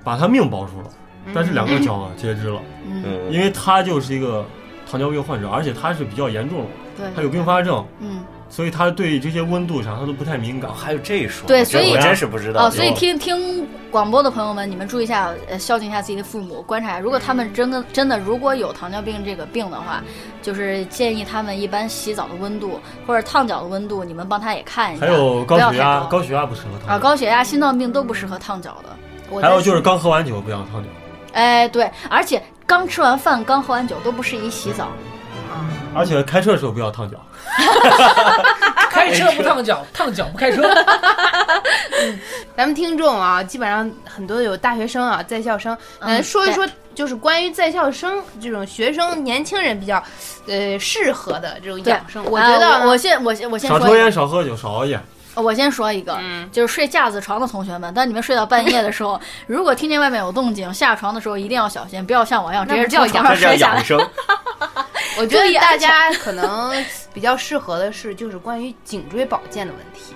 [SPEAKER 1] 把他命保住了，但是两个脚啊截肢了，
[SPEAKER 6] 嗯，
[SPEAKER 5] 嗯，
[SPEAKER 1] 因为他就是一个糖尿病患者，而且他是比较严重的，
[SPEAKER 6] 对，
[SPEAKER 1] 他有并发症，
[SPEAKER 6] 嗯，
[SPEAKER 1] 所以他对这些温度上他都不太敏感
[SPEAKER 5] 哦，。还有这一说，
[SPEAKER 6] 对
[SPEAKER 5] 我觉得
[SPEAKER 6] 所以
[SPEAKER 5] 我真是不知道
[SPEAKER 6] 哦，所以听听广播的朋友们，你们注意一下，呃，孝敬一下自己的父母，观察一下，
[SPEAKER 1] 嗯
[SPEAKER 6] 如果他们真的真的如果有糖尿病这个病的话，就是建议他们一般洗澡的温度或者烫脚的温度，你们帮他也看一下，
[SPEAKER 1] 还有
[SPEAKER 6] 不要
[SPEAKER 1] 高
[SPEAKER 6] 太
[SPEAKER 1] 血压，
[SPEAKER 6] 高
[SPEAKER 1] 高血压不适合
[SPEAKER 6] 啊
[SPEAKER 1] 烫。
[SPEAKER 6] 高血压、心脏病都不适合烫脚的。
[SPEAKER 3] 我
[SPEAKER 1] 还有
[SPEAKER 3] 在
[SPEAKER 1] 就是刚喝完酒不要烫脚，
[SPEAKER 6] 哎，对，而且刚吃完饭、刚喝完酒都不适宜洗澡。
[SPEAKER 1] 而且开车的时候不要烫脚。
[SPEAKER 2] 开车不烫脚，烫脚不开车。
[SPEAKER 3] 咱们听众啊，基本上很多有大学生啊，在校生，
[SPEAKER 6] 嗯
[SPEAKER 3] 呃，说一说就是关于在校生这种学生、年轻人比较，呃，适合的这种养生。我觉得
[SPEAKER 6] 啊
[SPEAKER 3] 啊，
[SPEAKER 6] 我我先我先我先
[SPEAKER 1] 少
[SPEAKER 6] 说
[SPEAKER 1] 抽
[SPEAKER 6] 一
[SPEAKER 1] 烟，少喝酒，少熬夜。
[SPEAKER 6] 个，呃我先说一个，
[SPEAKER 3] 嗯，
[SPEAKER 6] 就是睡架子床的同学们，当你们睡到半夜的时 候，如果听见外面有动静，下床的时候一定要小心，不要像我一样直
[SPEAKER 3] 那
[SPEAKER 6] 接
[SPEAKER 3] 不叫
[SPEAKER 6] 从床
[SPEAKER 3] 养
[SPEAKER 6] 上
[SPEAKER 5] 这叫
[SPEAKER 6] 摔下来
[SPEAKER 5] 养。生，
[SPEAKER 3] 我觉得
[SPEAKER 6] 注意
[SPEAKER 3] 大
[SPEAKER 6] 安全
[SPEAKER 3] 家可能比较适合的是，就是关于颈椎保健的问题。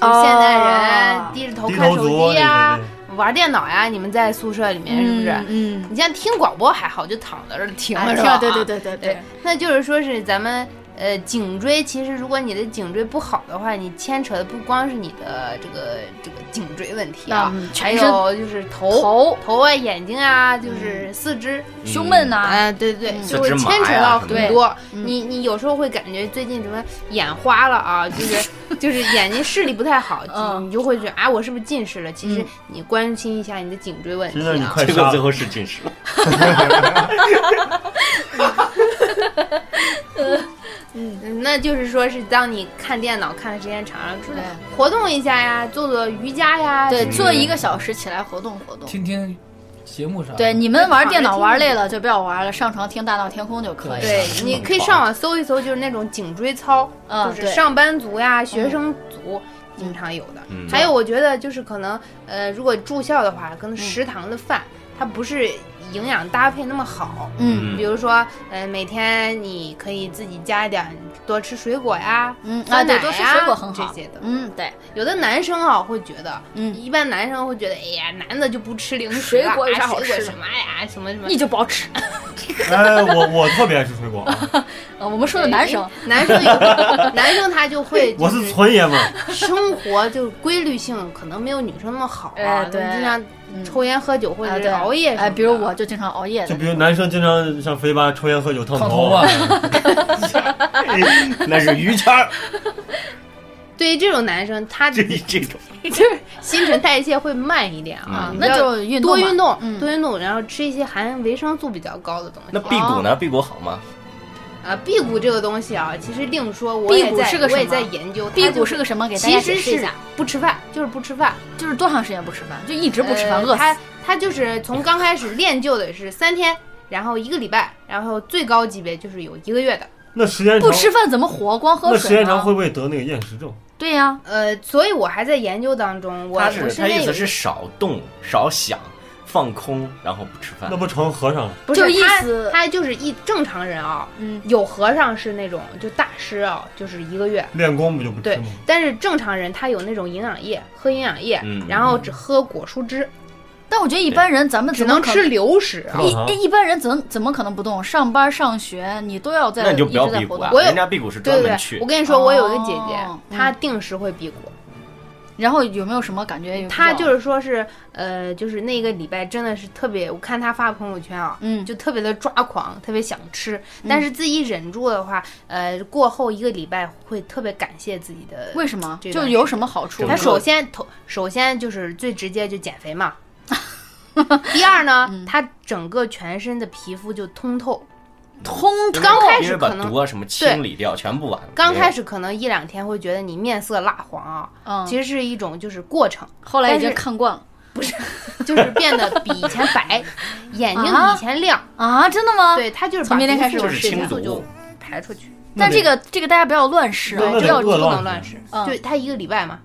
[SPEAKER 3] 就是
[SPEAKER 6] 哦
[SPEAKER 3] 现在人低着头
[SPEAKER 1] 低
[SPEAKER 3] 看
[SPEAKER 1] 头
[SPEAKER 3] 手
[SPEAKER 1] 族
[SPEAKER 3] 机
[SPEAKER 1] 那
[SPEAKER 3] 呀、
[SPEAKER 1] 个
[SPEAKER 3] 玩电脑呀、你们在宿舍里面是不啊是？
[SPEAKER 6] 嗯，
[SPEAKER 3] 你像听广播还好，就躺在这儿听
[SPEAKER 6] 哎
[SPEAKER 3] 了是
[SPEAKER 6] 听
[SPEAKER 3] 吧？
[SPEAKER 6] 了对对对对对
[SPEAKER 3] 对，那就是说是咱们呃颈椎，其实如果你的颈椎不好的话，你牵扯的不光是你的这个这个颈椎问题啊，
[SPEAKER 6] 嗯
[SPEAKER 3] 还
[SPEAKER 6] 全身
[SPEAKER 3] 有就是头
[SPEAKER 6] 头、
[SPEAKER 3] 头啊、眼睛啊，就是四肢。
[SPEAKER 6] 胸闷呐，
[SPEAKER 3] 啊，对对，
[SPEAKER 6] 嗯
[SPEAKER 3] 就会
[SPEAKER 5] 哎四肢麻
[SPEAKER 3] 牵扯
[SPEAKER 5] 呀
[SPEAKER 3] 到
[SPEAKER 5] 什
[SPEAKER 3] 很
[SPEAKER 5] 么的
[SPEAKER 3] 多。
[SPEAKER 6] 嗯
[SPEAKER 3] 你你有时候会感觉最近什么眼花了 啊，就是就是眼睛视力不太好，
[SPEAKER 6] 嗯
[SPEAKER 3] 你就会觉得啊，我是不是近视了？其实
[SPEAKER 6] 嗯
[SPEAKER 3] 你关心一下你的颈椎问题
[SPEAKER 1] 真的你
[SPEAKER 3] 啊。
[SPEAKER 1] 快
[SPEAKER 5] 结果
[SPEAKER 1] 杀
[SPEAKER 5] 最
[SPEAKER 1] 了。
[SPEAKER 5] 后是近视了。
[SPEAKER 3] 嗯那就是说是当你看电脑看的时间长了，出来
[SPEAKER 6] 对
[SPEAKER 3] 活动一下呀，做做瑜伽呀，
[SPEAKER 6] 对，
[SPEAKER 5] 嗯
[SPEAKER 6] 做一个小时起来活动活动。
[SPEAKER 2] 听听节目啥的？
[SPEAKER 6] 对，你们玩电脑
[SPEAKER 3] 躺着听
[SPEAKER 6] 玩累了就不要玩了，上床听《大闹天空》就可以。
[SPEAKER 3] 对，你可以上网搜一搜，就是那种颈椎操，
[SPEAKER 6] 嗯
[SPEAKER 3] 就是
[SPEAKER 6] 对
[SPEAKER 3] 上班族呀、学生族经常有的。
[SPEAKER 5] 嗯
[SPEAKER 3] 还有，我觉得就是可能，呃，如果住校的话，可能食堂的饭、它不是营养搭配那么好。
[SPEAKER 6] 嗯
[SPEAKER 3] 比如说，呃，每天你可以自己加一点，多吃水果呀，
[SPEAKER 6] 嗯啊，
[SPEAKER 3] 酸奶
[SPEAKER 6] 对，多
[SPEAKER 3] 呀
[SPEAKER 6] 吃水果很
[SPEAKER 3] 这
[SPEAKER 6] 好
[SPEAKER 3] 些的。。
[SPEAKER 6] 嗯，对，
[SPEAKER 3] 有的男生啊会觉得，
[SPEAKER 6] 嗯
[SPEAKER 3] 一般男生会觉得，哎呀，男的就不吃零食
[SPEAKER 6] 水
[SPEAKER 3] 啊
[SPEAKER 6] 果有啥
[SPEAKER 3] 啊
[SPEAKER 6] 好
[SPEAKER 3] 水果
[SPEAKER 6] 吃的
[SPEAKER 3] 什么呀，什么什么，
[SPEAKER 6] 你就不好吃。
[SPEAKER 1] 哎，我我特别爱吃水果啊，
[SPEAKER 6] 呃，我们说的男生，
[SPEAKER 3] 哎男生 有，男生他就 会，
[SPEAKER 1] 我是纯爷们儿，
[SPEAKER 3] 生活就是规律性可能没有女生那么好啊，
[SPEAKER 6] 哎
[SPEAKER 3] 可
[SPEAKER 6] 对
[SPEAKER 3] 能经常抽烟喝酒或
[SPEAKER 6] 啊
[SPEAKER 3] 者是
[SPEAKER 6] 对
[SPEAKER 3] 熬夜什么的。
[SPEAKER 6] 哎，比如我就经常熬夜
[SPEAKER 1] 就
[SPEAKER 6] 的。
[SPEAKER 1] 比如男生经常像肥八抽烟喝酒烫
[SPEAKER 2] 烫
[SPEAKER 1] 头
[SPEAKER 2] 头啊，
[SPEAKER 5] 那是于谦儿，
[SPEAKER 3] 对于这种男生，他
[SPEAKER 5] 这这种
[SPEAKER 3] 就是新陈代谢会慢一点啊
[SPEAKER 5] 嗯，
[SPEAKER 3] 你
[SPEAKER 6] 那
[SPEAKER 3] 要
[SPEAKER 6] 就运动
[SPEAKER 3] 多
[SPEAKER 6] 嘛
[SPEAKER 3] 运动，
[SPEAKER 6] 嗯
[SPEAKER 3] 多运动，然后吃一些含维生素比较高的东西。
[SPEAKER 5] 那辟谷呢？辟谷好吗？
[SPEAKER 3] 啊，辟谷这个东西啊，其实另说，我
[SPEAKER 6] 辟
[SPEAKER 3] 也
[SPEAKER 6] 谷
[SPEAKER 3] 在
[SPEAKER 6] 是个
[SPEAKER 3] 我也
[SPEAKER 6] 什么
[SPEAKER 3] 在研究。
[SPEAKER 6] 辟
[SPEAKER 3] 它就
[SPEAKER 6] 谷是个什么？给大
[SPEAKER 3] 其
[SPEAKER 6] 家解
[SPEAKER 3] 实
[SPEAKER 6] 释一
[SPEAKER 3] 是
[SPEAKER 6] 下，
[SPEAKER 3] 不吃饭，就是不吃饭，
[SPEAKER 6] 就是多长时间不吃饭？就一直不吃饭，
[SPEAKER 3] 呃
[SPEAKER 6] 饿死。
[SPEAKER 3] 他他就是从刚开始练就的是三天，然后一个礼拜，然后最高级别就是有一个月的。
[SPEAKER 1] 那时间
[SPEAKER 6] 不
[SPEAKER 1] 长，
[SPEAKER 6] 吃饭怎么活？光喝
[SPEAKER 1] 那时
[SPEAKER 6] 水
[SPEAKER 1] 间长会
[SPEAKER 6] 吗？
[SPEAKER 1] 不会得那个厌食症？
[SPEAKER 6] 对呀、
[SPEAKER 3] 呃，所以我还在研究当中，我
[SPEAKER 5] 他
[SPEAKER 3] 我
[SPEAKER 5] 是他
[SPEAKER 3] 那
[SPEAKER 5] 意思
[SPEAKER 3] 个
[SPEAKER 5] 是少动、少想、放空，然后不吃饭
[SPEAKER 3] 啊
[SPEAKER 1] 那。不成和尚了？
[SPEAKER 3] 不是
[SPEAKER 6] 就意
[SPEAKER 3] 他
[SPEAKER 6] 思
[SPEAKER 3] 他就是一正常人啊、
[SPEAKER 6] 嗯，
[SPEAKER 3] 有和尚是那种就大师啊、就是一个月。
[SPEAKER 1] 练功不就不吃
[SPEAKER 3] 对
[SPEAKER 1] 吗？，
[SPEAKER 3] 但是正常人他有那种营养液，喝营养液，
[SPEAKER 5] 嗯
[SPEAKER 3] 然后只喝果蔬汁，
[SPEAKER 6] 但我觉得一般人咱们
[SPEAKER 3] 只
[SPEAKER 6] 怎么
[SPEAKER 3] 能
[SPEAKER 6] 可
[SPEAKER 3] 吃流食啊。
[SPEAKER 1] 啊
[SPEAKER 6] 一一般人怎怎么可能不动？上班上学你都要在
[SPEAKER 5] 那你就不要
[SPEAKER 6] 一直在
[SPEAKER 5] 辟
[SPEAKER 6] 活
[SPEAKER 5] 谷
[SPEAKER 6] 动
[SPEAKER 5] 啊，
[SPEAKER 3] 我有
[SPEAKER 5] 人家辟谷是
[SPEAKER 3] 对
[SPEAKER 5] 专
[SPEAKER 3] 对
[SPEAKER 5] 门
[SPEAKER 3] 对，
[SPEAKER 5] 去
[SPEAKER 3] 我。跟你说，我有一个姐姐，
[SPEAKER 6] 哦嗯
[SPEAKER 3] 她定时会辟谷，
[SPEAKER 6] 然后有没有什么感觉有？
[SPEAKER 3] 她就是说是呃，就是那个礼拜真的是特别，我看她发朋友圈啊，
[SPEAKER 6] 嗯，
[SPEAKER 3] 就特别的抓狂，特别想吃，但是自己忍住的话，呃，过后一个礼拜会特别感谢自己的。
[SPEAKER 6] 为什么？
[SPEAKER 3] 这
[SPEAKER 6] 就
[SPEAKER 3] 段
[SPEAKER 6] 有什么好处？
[SPEAKER 3] 他
[SPEAKER 5] 说
[SPEAKER 3] 首先头首先就是最直接就减 肥嘛，第二呢，
[SPEAKER 6] 嗯
[SPEAKER 3] 他整个全身的皮肤就通透，
[SPEAKER 6] 通
[SPEAKER 5] 因为
[SPEAKER 3] 刚开始
[SPEAKER 5] 因为把
[SPEAKER 3] 可能
[SPEAKER 5] 毒啊什么清理掉，全部完了。
[SPEAKER 3] 刚开始可能一两天会觉得你面色蜡黄啊，
[SPEAKER 6] 嗯，
[SPEAKER 3] 其实是一种就是过程，
[SPEAKER 6] 后来已经
[SPEAKER 3] 但是
[SPEAKER 6] 看惯了
[SPEAKER 3] 就是变得比以前白， 眼睛比
[SPEAKER 6] 啊
[SPEAKER 3] 以前亮，
[SPEAKER 6] 啊，真的吗？
[SPEAKER 3] 对，他就是
[SPEAKER 6] 从
[SPEAKER 3] 把
[SPEAKER 6] 明天
[SPEAKER 3] 毒
[SPEAKER 6] 开始
[SPEAKER 3] 素
[SPEAKER 6] 我
[SPEAKER 5] 就是
[SPEAKER 6] 试一
[SPEAKER 5] 清
[SPEAKER 6] 下
[SPEAKER 5] 毒
[SPEAKER 3] 毒素啊就排出去，
[SPEAKER 1] 那
[SPEAKER 6] 但
[SPEAKER 1] 得
[SPEAKER 6] 这个这个大家不要乱试啊，
[SPEAKER 1] 那
[SPEAKER 3] 对，
[SPEAKER 1] 得
[SPEAKER 3] 这个
[SPEAKER 1] 饿
[SPEAKER 3] 不能
[SPEAKER 1] 乱
[SPEAKER 3] 乱
[SPEAKER 1] 吃
[SPEAKER 3] 吃
[SPEAKER 6] 嗯，
[SPEAKER 3] 就他一个礼拜嘛，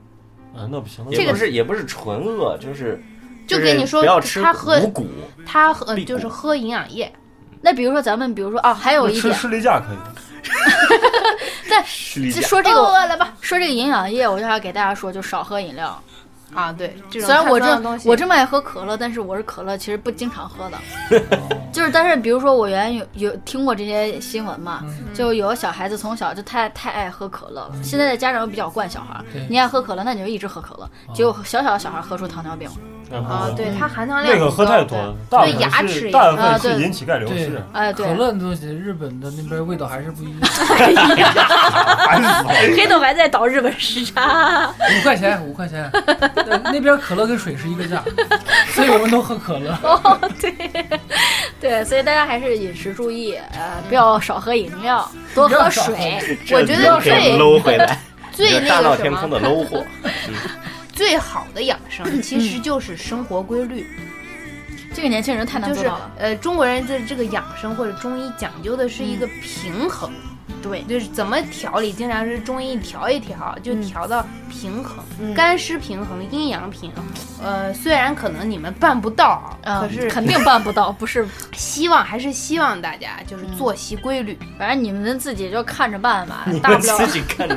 [SPEAKER 1] 啊，那不行，
[SPEAKER 5] 也
[SPEAKER 1] 那
[SPEAKER 5] 不是也不是纯饿，就是
[SPEAKER 3] 就是跟你说
[SPEAKER 5] 不要吃
[SPEAKER 3] 他喝
[SPEAKER 5] 五谷，
[SPEAKER 3] 他喝
[SPEAKER 5] 辟谷
[SPEAKER 3] 就是喝营养液，
[SPEAKER 6] 那比如说咱们，比如说啊，还有
[SPEAKER 1] 不
[SPEAKER 6] 一
[SPEAKER 1] 吃
[SPEAKER 6] 点，
[SPEAKER 1] 士力架可以。
[SPEAKER 6] 但
[SPEAKER 5] 吃力
[SPEAKER 6] 这
[SPEAKER 5] 架
[SPEAKER 6] 说这个
[SPEAKER 3] 哦饿了吧？
[SPEAKER 6] 说这个营养液，我就要给大家说，就少喝饮料。
[SPEAKER 3] 啊，对，这种
[SPEAKER 6] 虽然我
[SPEAKER 3] 碳酸的东
[SPEAKER 6] 这
[SPEAKER 3] 西
[SPEAKER 6] 我这么爱喝可乐，但是我是可乐，其实不经常喝 的。就是，但是比如说我原来有有听过这些新闻
[SPEAKER 2] 嗯
[SPEAKER 6] 嘛，
[SPEAKER 3] 嗯
[SPEAKER 6] 就有小孩子从小就太太爱喝可乐了。现在的家长又比较惯小孩儿
[SPEAKER 2] 对，
[SPEAKER 6] 你爱喝可乐，那你就一直喝可乐，
[SPEAKER 2] 哦
[SPEAKER 6] 结果小小的小孩喝出糖尿病。
[SPEAKER 3] 啊，对它含糖量
[SPEAKER 1] 那个
[SPEAKER 3] 很
[SPEAKER 1] 喝
[SPEAKER 3] 高
[SPEAKER 1] 太多了，大
[SPEAKER 3] 对
[SPEAKER 1] 部
[SPEAKER 3] 牙
[SPEAKER 1] 分
[SPEAKER 3] 齿
[SPEAKER 1] 是
[SPEAKER 3] 也
[SPEAKER 1] 大部
[SPEAKER 6] 啊
[SPEAKER 1] 分
[SPEAKER 6] 对
[SPEAKER 1] 是引起钙流失，
[SPEAKER 6] 哎，对
[SPEAKER 2] 可，乐的东西，日本的那边味道还是不一样。
[SPEAKER 1] 烦死了。
[SPEAKER 6] 黑豆白在倒日本时差。
[SPEAKER 2] 五块钱， 五块钱，那那边可乐跟水是一个价，所以我们都喝可乐。
[SPEAKER 6] 对，所以大家还是饮食注意，呃，不要少喝饮料，多喝水。
[SPEAKER 5] 这
[SPEAKER 3] 我觉得
[SPEAKER 5] 又可以
[SPEAKER 3] 最
[SPEAKER 5] 搂回来，
[SPEAKER 3] 最
[SPEAKER 5] 大
[SPEAKER 3] 那
[SPEAKER 5] 闹
[SPEAKER 3] 个什
[SPEAKER 5] 天宫
[SPEAKER 3] 么
[SPEAKER 5] 的搂货，
[SPEAKER 3] 最好的养生，其
[SPEAKER 6] 嗯
[SPEAKER 3] 实就是生活规律，
[SPEAKER 6] 这个年轻人太难
[SPEAKER 3] 就
[SPEAKER 6] 做
[SPEAKER 3] 是
[SPEAKER 6] 到了。
[SPEAKER 3] 呃中国人的这个养生或者中医讲究的是一个平衡，
[SPEAKER 6] 嗯对，
[SPEAKER 3] 就是怎么调理，经常是中医调一调就
[SPEAKER 6] 嗯
[SPEAKER 3] 调到平衡，
[SPEAKER 6] 嗯
[SPEAKER 3] 干湿平衡，阴阳平衡。呃，虽然可能你们办不到啊，
[SPEAKER 6] 嗯
[SPEAKER 3] 可是
[SPEAKER 6] 肯定办不到，不是，
[SPEAKER 3] 希望还是希望大家就是
[SPEAKER 6] 嗯
[SPEAKER 3] 作息规律。
[SPEAKER 6] 反正你们自己就看着办吧，
[SPEAKER 5] 你
[SPEAKER 6] 大
[SPEAKER 5] 们
[SPEAKER 6] 不了
[SPEAKER 5] 自己看着。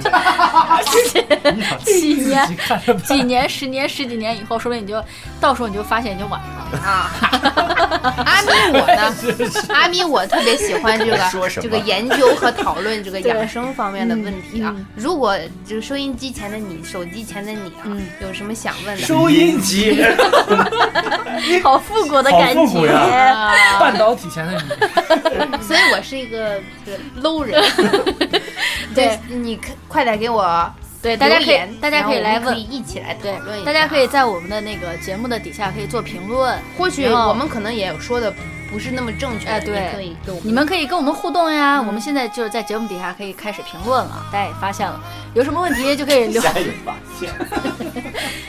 [SPEAKER 6] 几年
[SPEAKER 2] 自己看着办。
[SPEAKER 6] 几年、十年、十几年以后，说不定你就到时候你就发现已经晚了。
[SPEAKER 3] 啊， 阿咪我 呢？阿咪我特别喜欢这
[SPEAKER 5] 说
[SPEAKER 3] 个
[SPEAKER 5] 什么
[SPEAKER 3] 这个研究和讨论这 个
[SPEAKER 6] 对
[SPEAKER 3] 养生方面的问题啊
[SPEAKER 6] 嗯嗯。
[SPEAKER 3] 如果就是收音机前的你、手机前的你啊
[SPEAKER 6] 嗯，
[SPEAKER 3] 有什么想问的？
[SPEAKER 5] 收音机，
[SPEAKER 6] 好复古的感
[SPEAKER 1] 好复古呀
[SPEAKER 6] 觉，
[SPEAKER 3] 啊
[SPEAKER 2] 半导体前的 你，
[SPEAKER 3] 所以我是一个这个 low 人。
[SPEAKER 6] 对，
[SPEAKER 3] 你可快点给我
[SPEAKER 6] 对，大家可
[SPEAKER 3] 留
[SPEAKER 6] 以
[SPEAKER 3] 言
[SPEAKER 6] 大家可以
[SPEAKER 3] 然后
[SPEAKER 6] 来
[SPEAKER 3] 我们可以
[SPEAKER 6] 问，
[SPEAKER 3] 一起来讨
[SPEAKER 6] 对
[SPEAKER 3] 论一，下。
[SPEAKER 6] 大家可以，在我们的那个节目的底下可以做评论，
[SPEAKER 3] 或许
[SPEAKER 6] 然后
[SPEAKER 3] 我们可能也有说的不是那么正确的，
[SPEAKER 6] 哎对
[SPEAKER 3] 你可以给我
[SPEAKER 6] 你们可以跟我们互动呀。
[SPEAKER 3] 嗯
[SPEAKER 6] 我们现在就是在节目底下可以开始评论了，大家也发现了，有什么问题就可 以留，
[SPEAKER 5] 家有发现，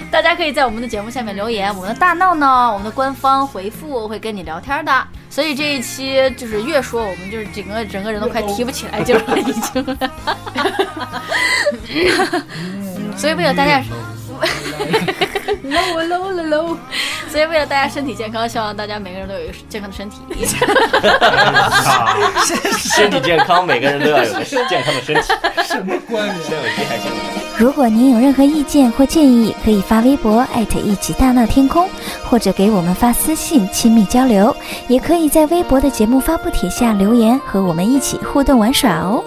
[SPEAKER 6] 大家可以在我们的节目下面留言，我们的大闹呢，我们的官方回复会跟你聊天的。所以这一期就是越说，我们就是整个整个人都快提不起来劲儿了，已经。 嗯 所以为了大家。low low low low，所以为了大家身体健康，希望大家每个人都有一个健康的身体。
[SPEAKER 1] 啊
[SPEAKER 5] 身体健康，每个人都要 有个健康的身体。
[SPEAKER 2] 什么关联？
[SPEAKER 5] 先有厉害性的。
[SPEAKER 7] 如果您有任何意见或建议，可以发微博艾特一起大闹天空，或者给我们发私信亲密交流，也可以在微博的节目发布帖下留言，和我们一起互动玩耍哦。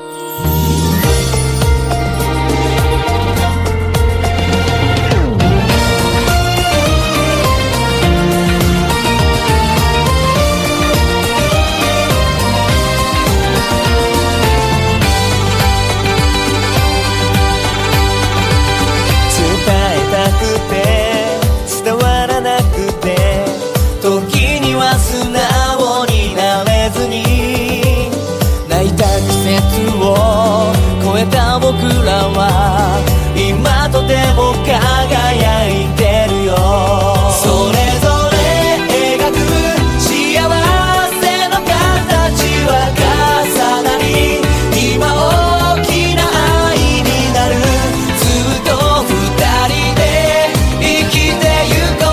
[SPEAKER 8] 伝えたくて伝わらなくて時には素直になれずに泣いた季節を超えた僕らは今とても輝いてるよそれぞれ描く幸せの形は重なり今大きな愛になるずっと二人で生きてゆこ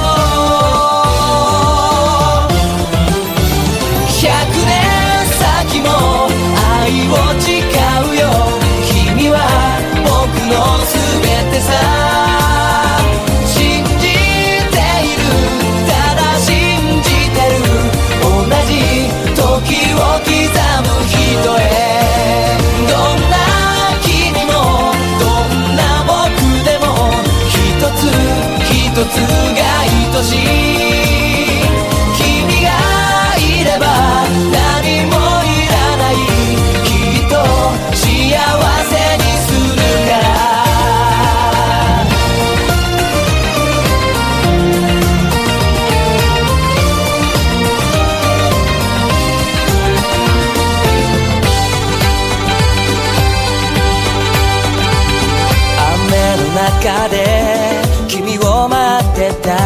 [SPEAKER 8] う100年先も愛を誓うよ君は僕の全てさ信じているただ信じてる同じ時を刻む人へどんな君もどんな僕でも一つ一つが愛しい君がいれば何もいらないきっと幸せにするから雨の中で君を待ってた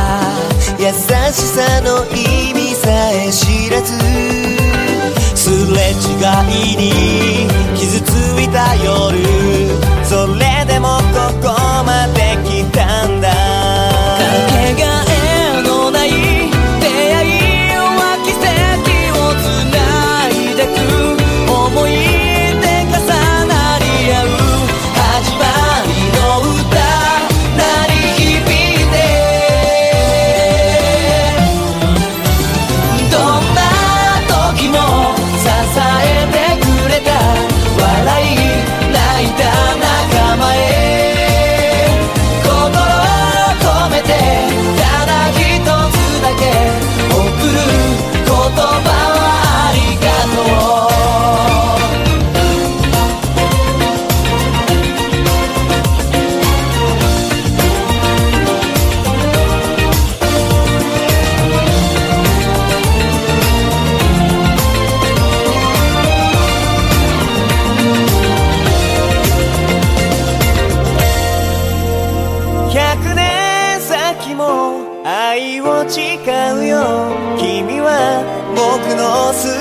[SPEAKER 8] 優しさの意味さえ知らずすれ違いに傷ついた夜それでもここまで来たんだかけがえのない出会いは奇跡をつないでく思い出重なり合う始まりの歌鳴り響いて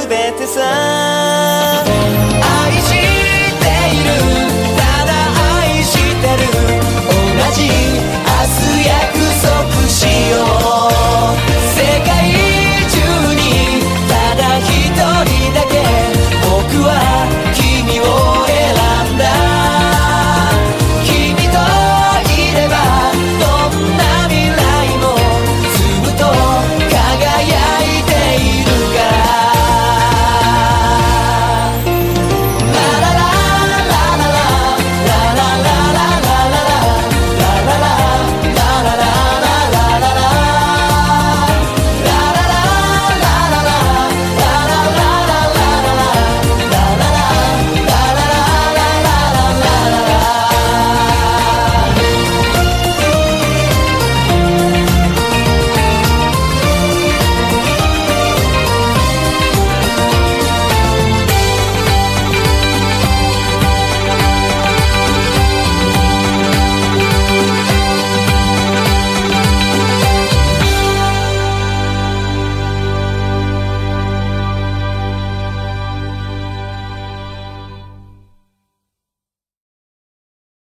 [SPEAKER 8] べてさ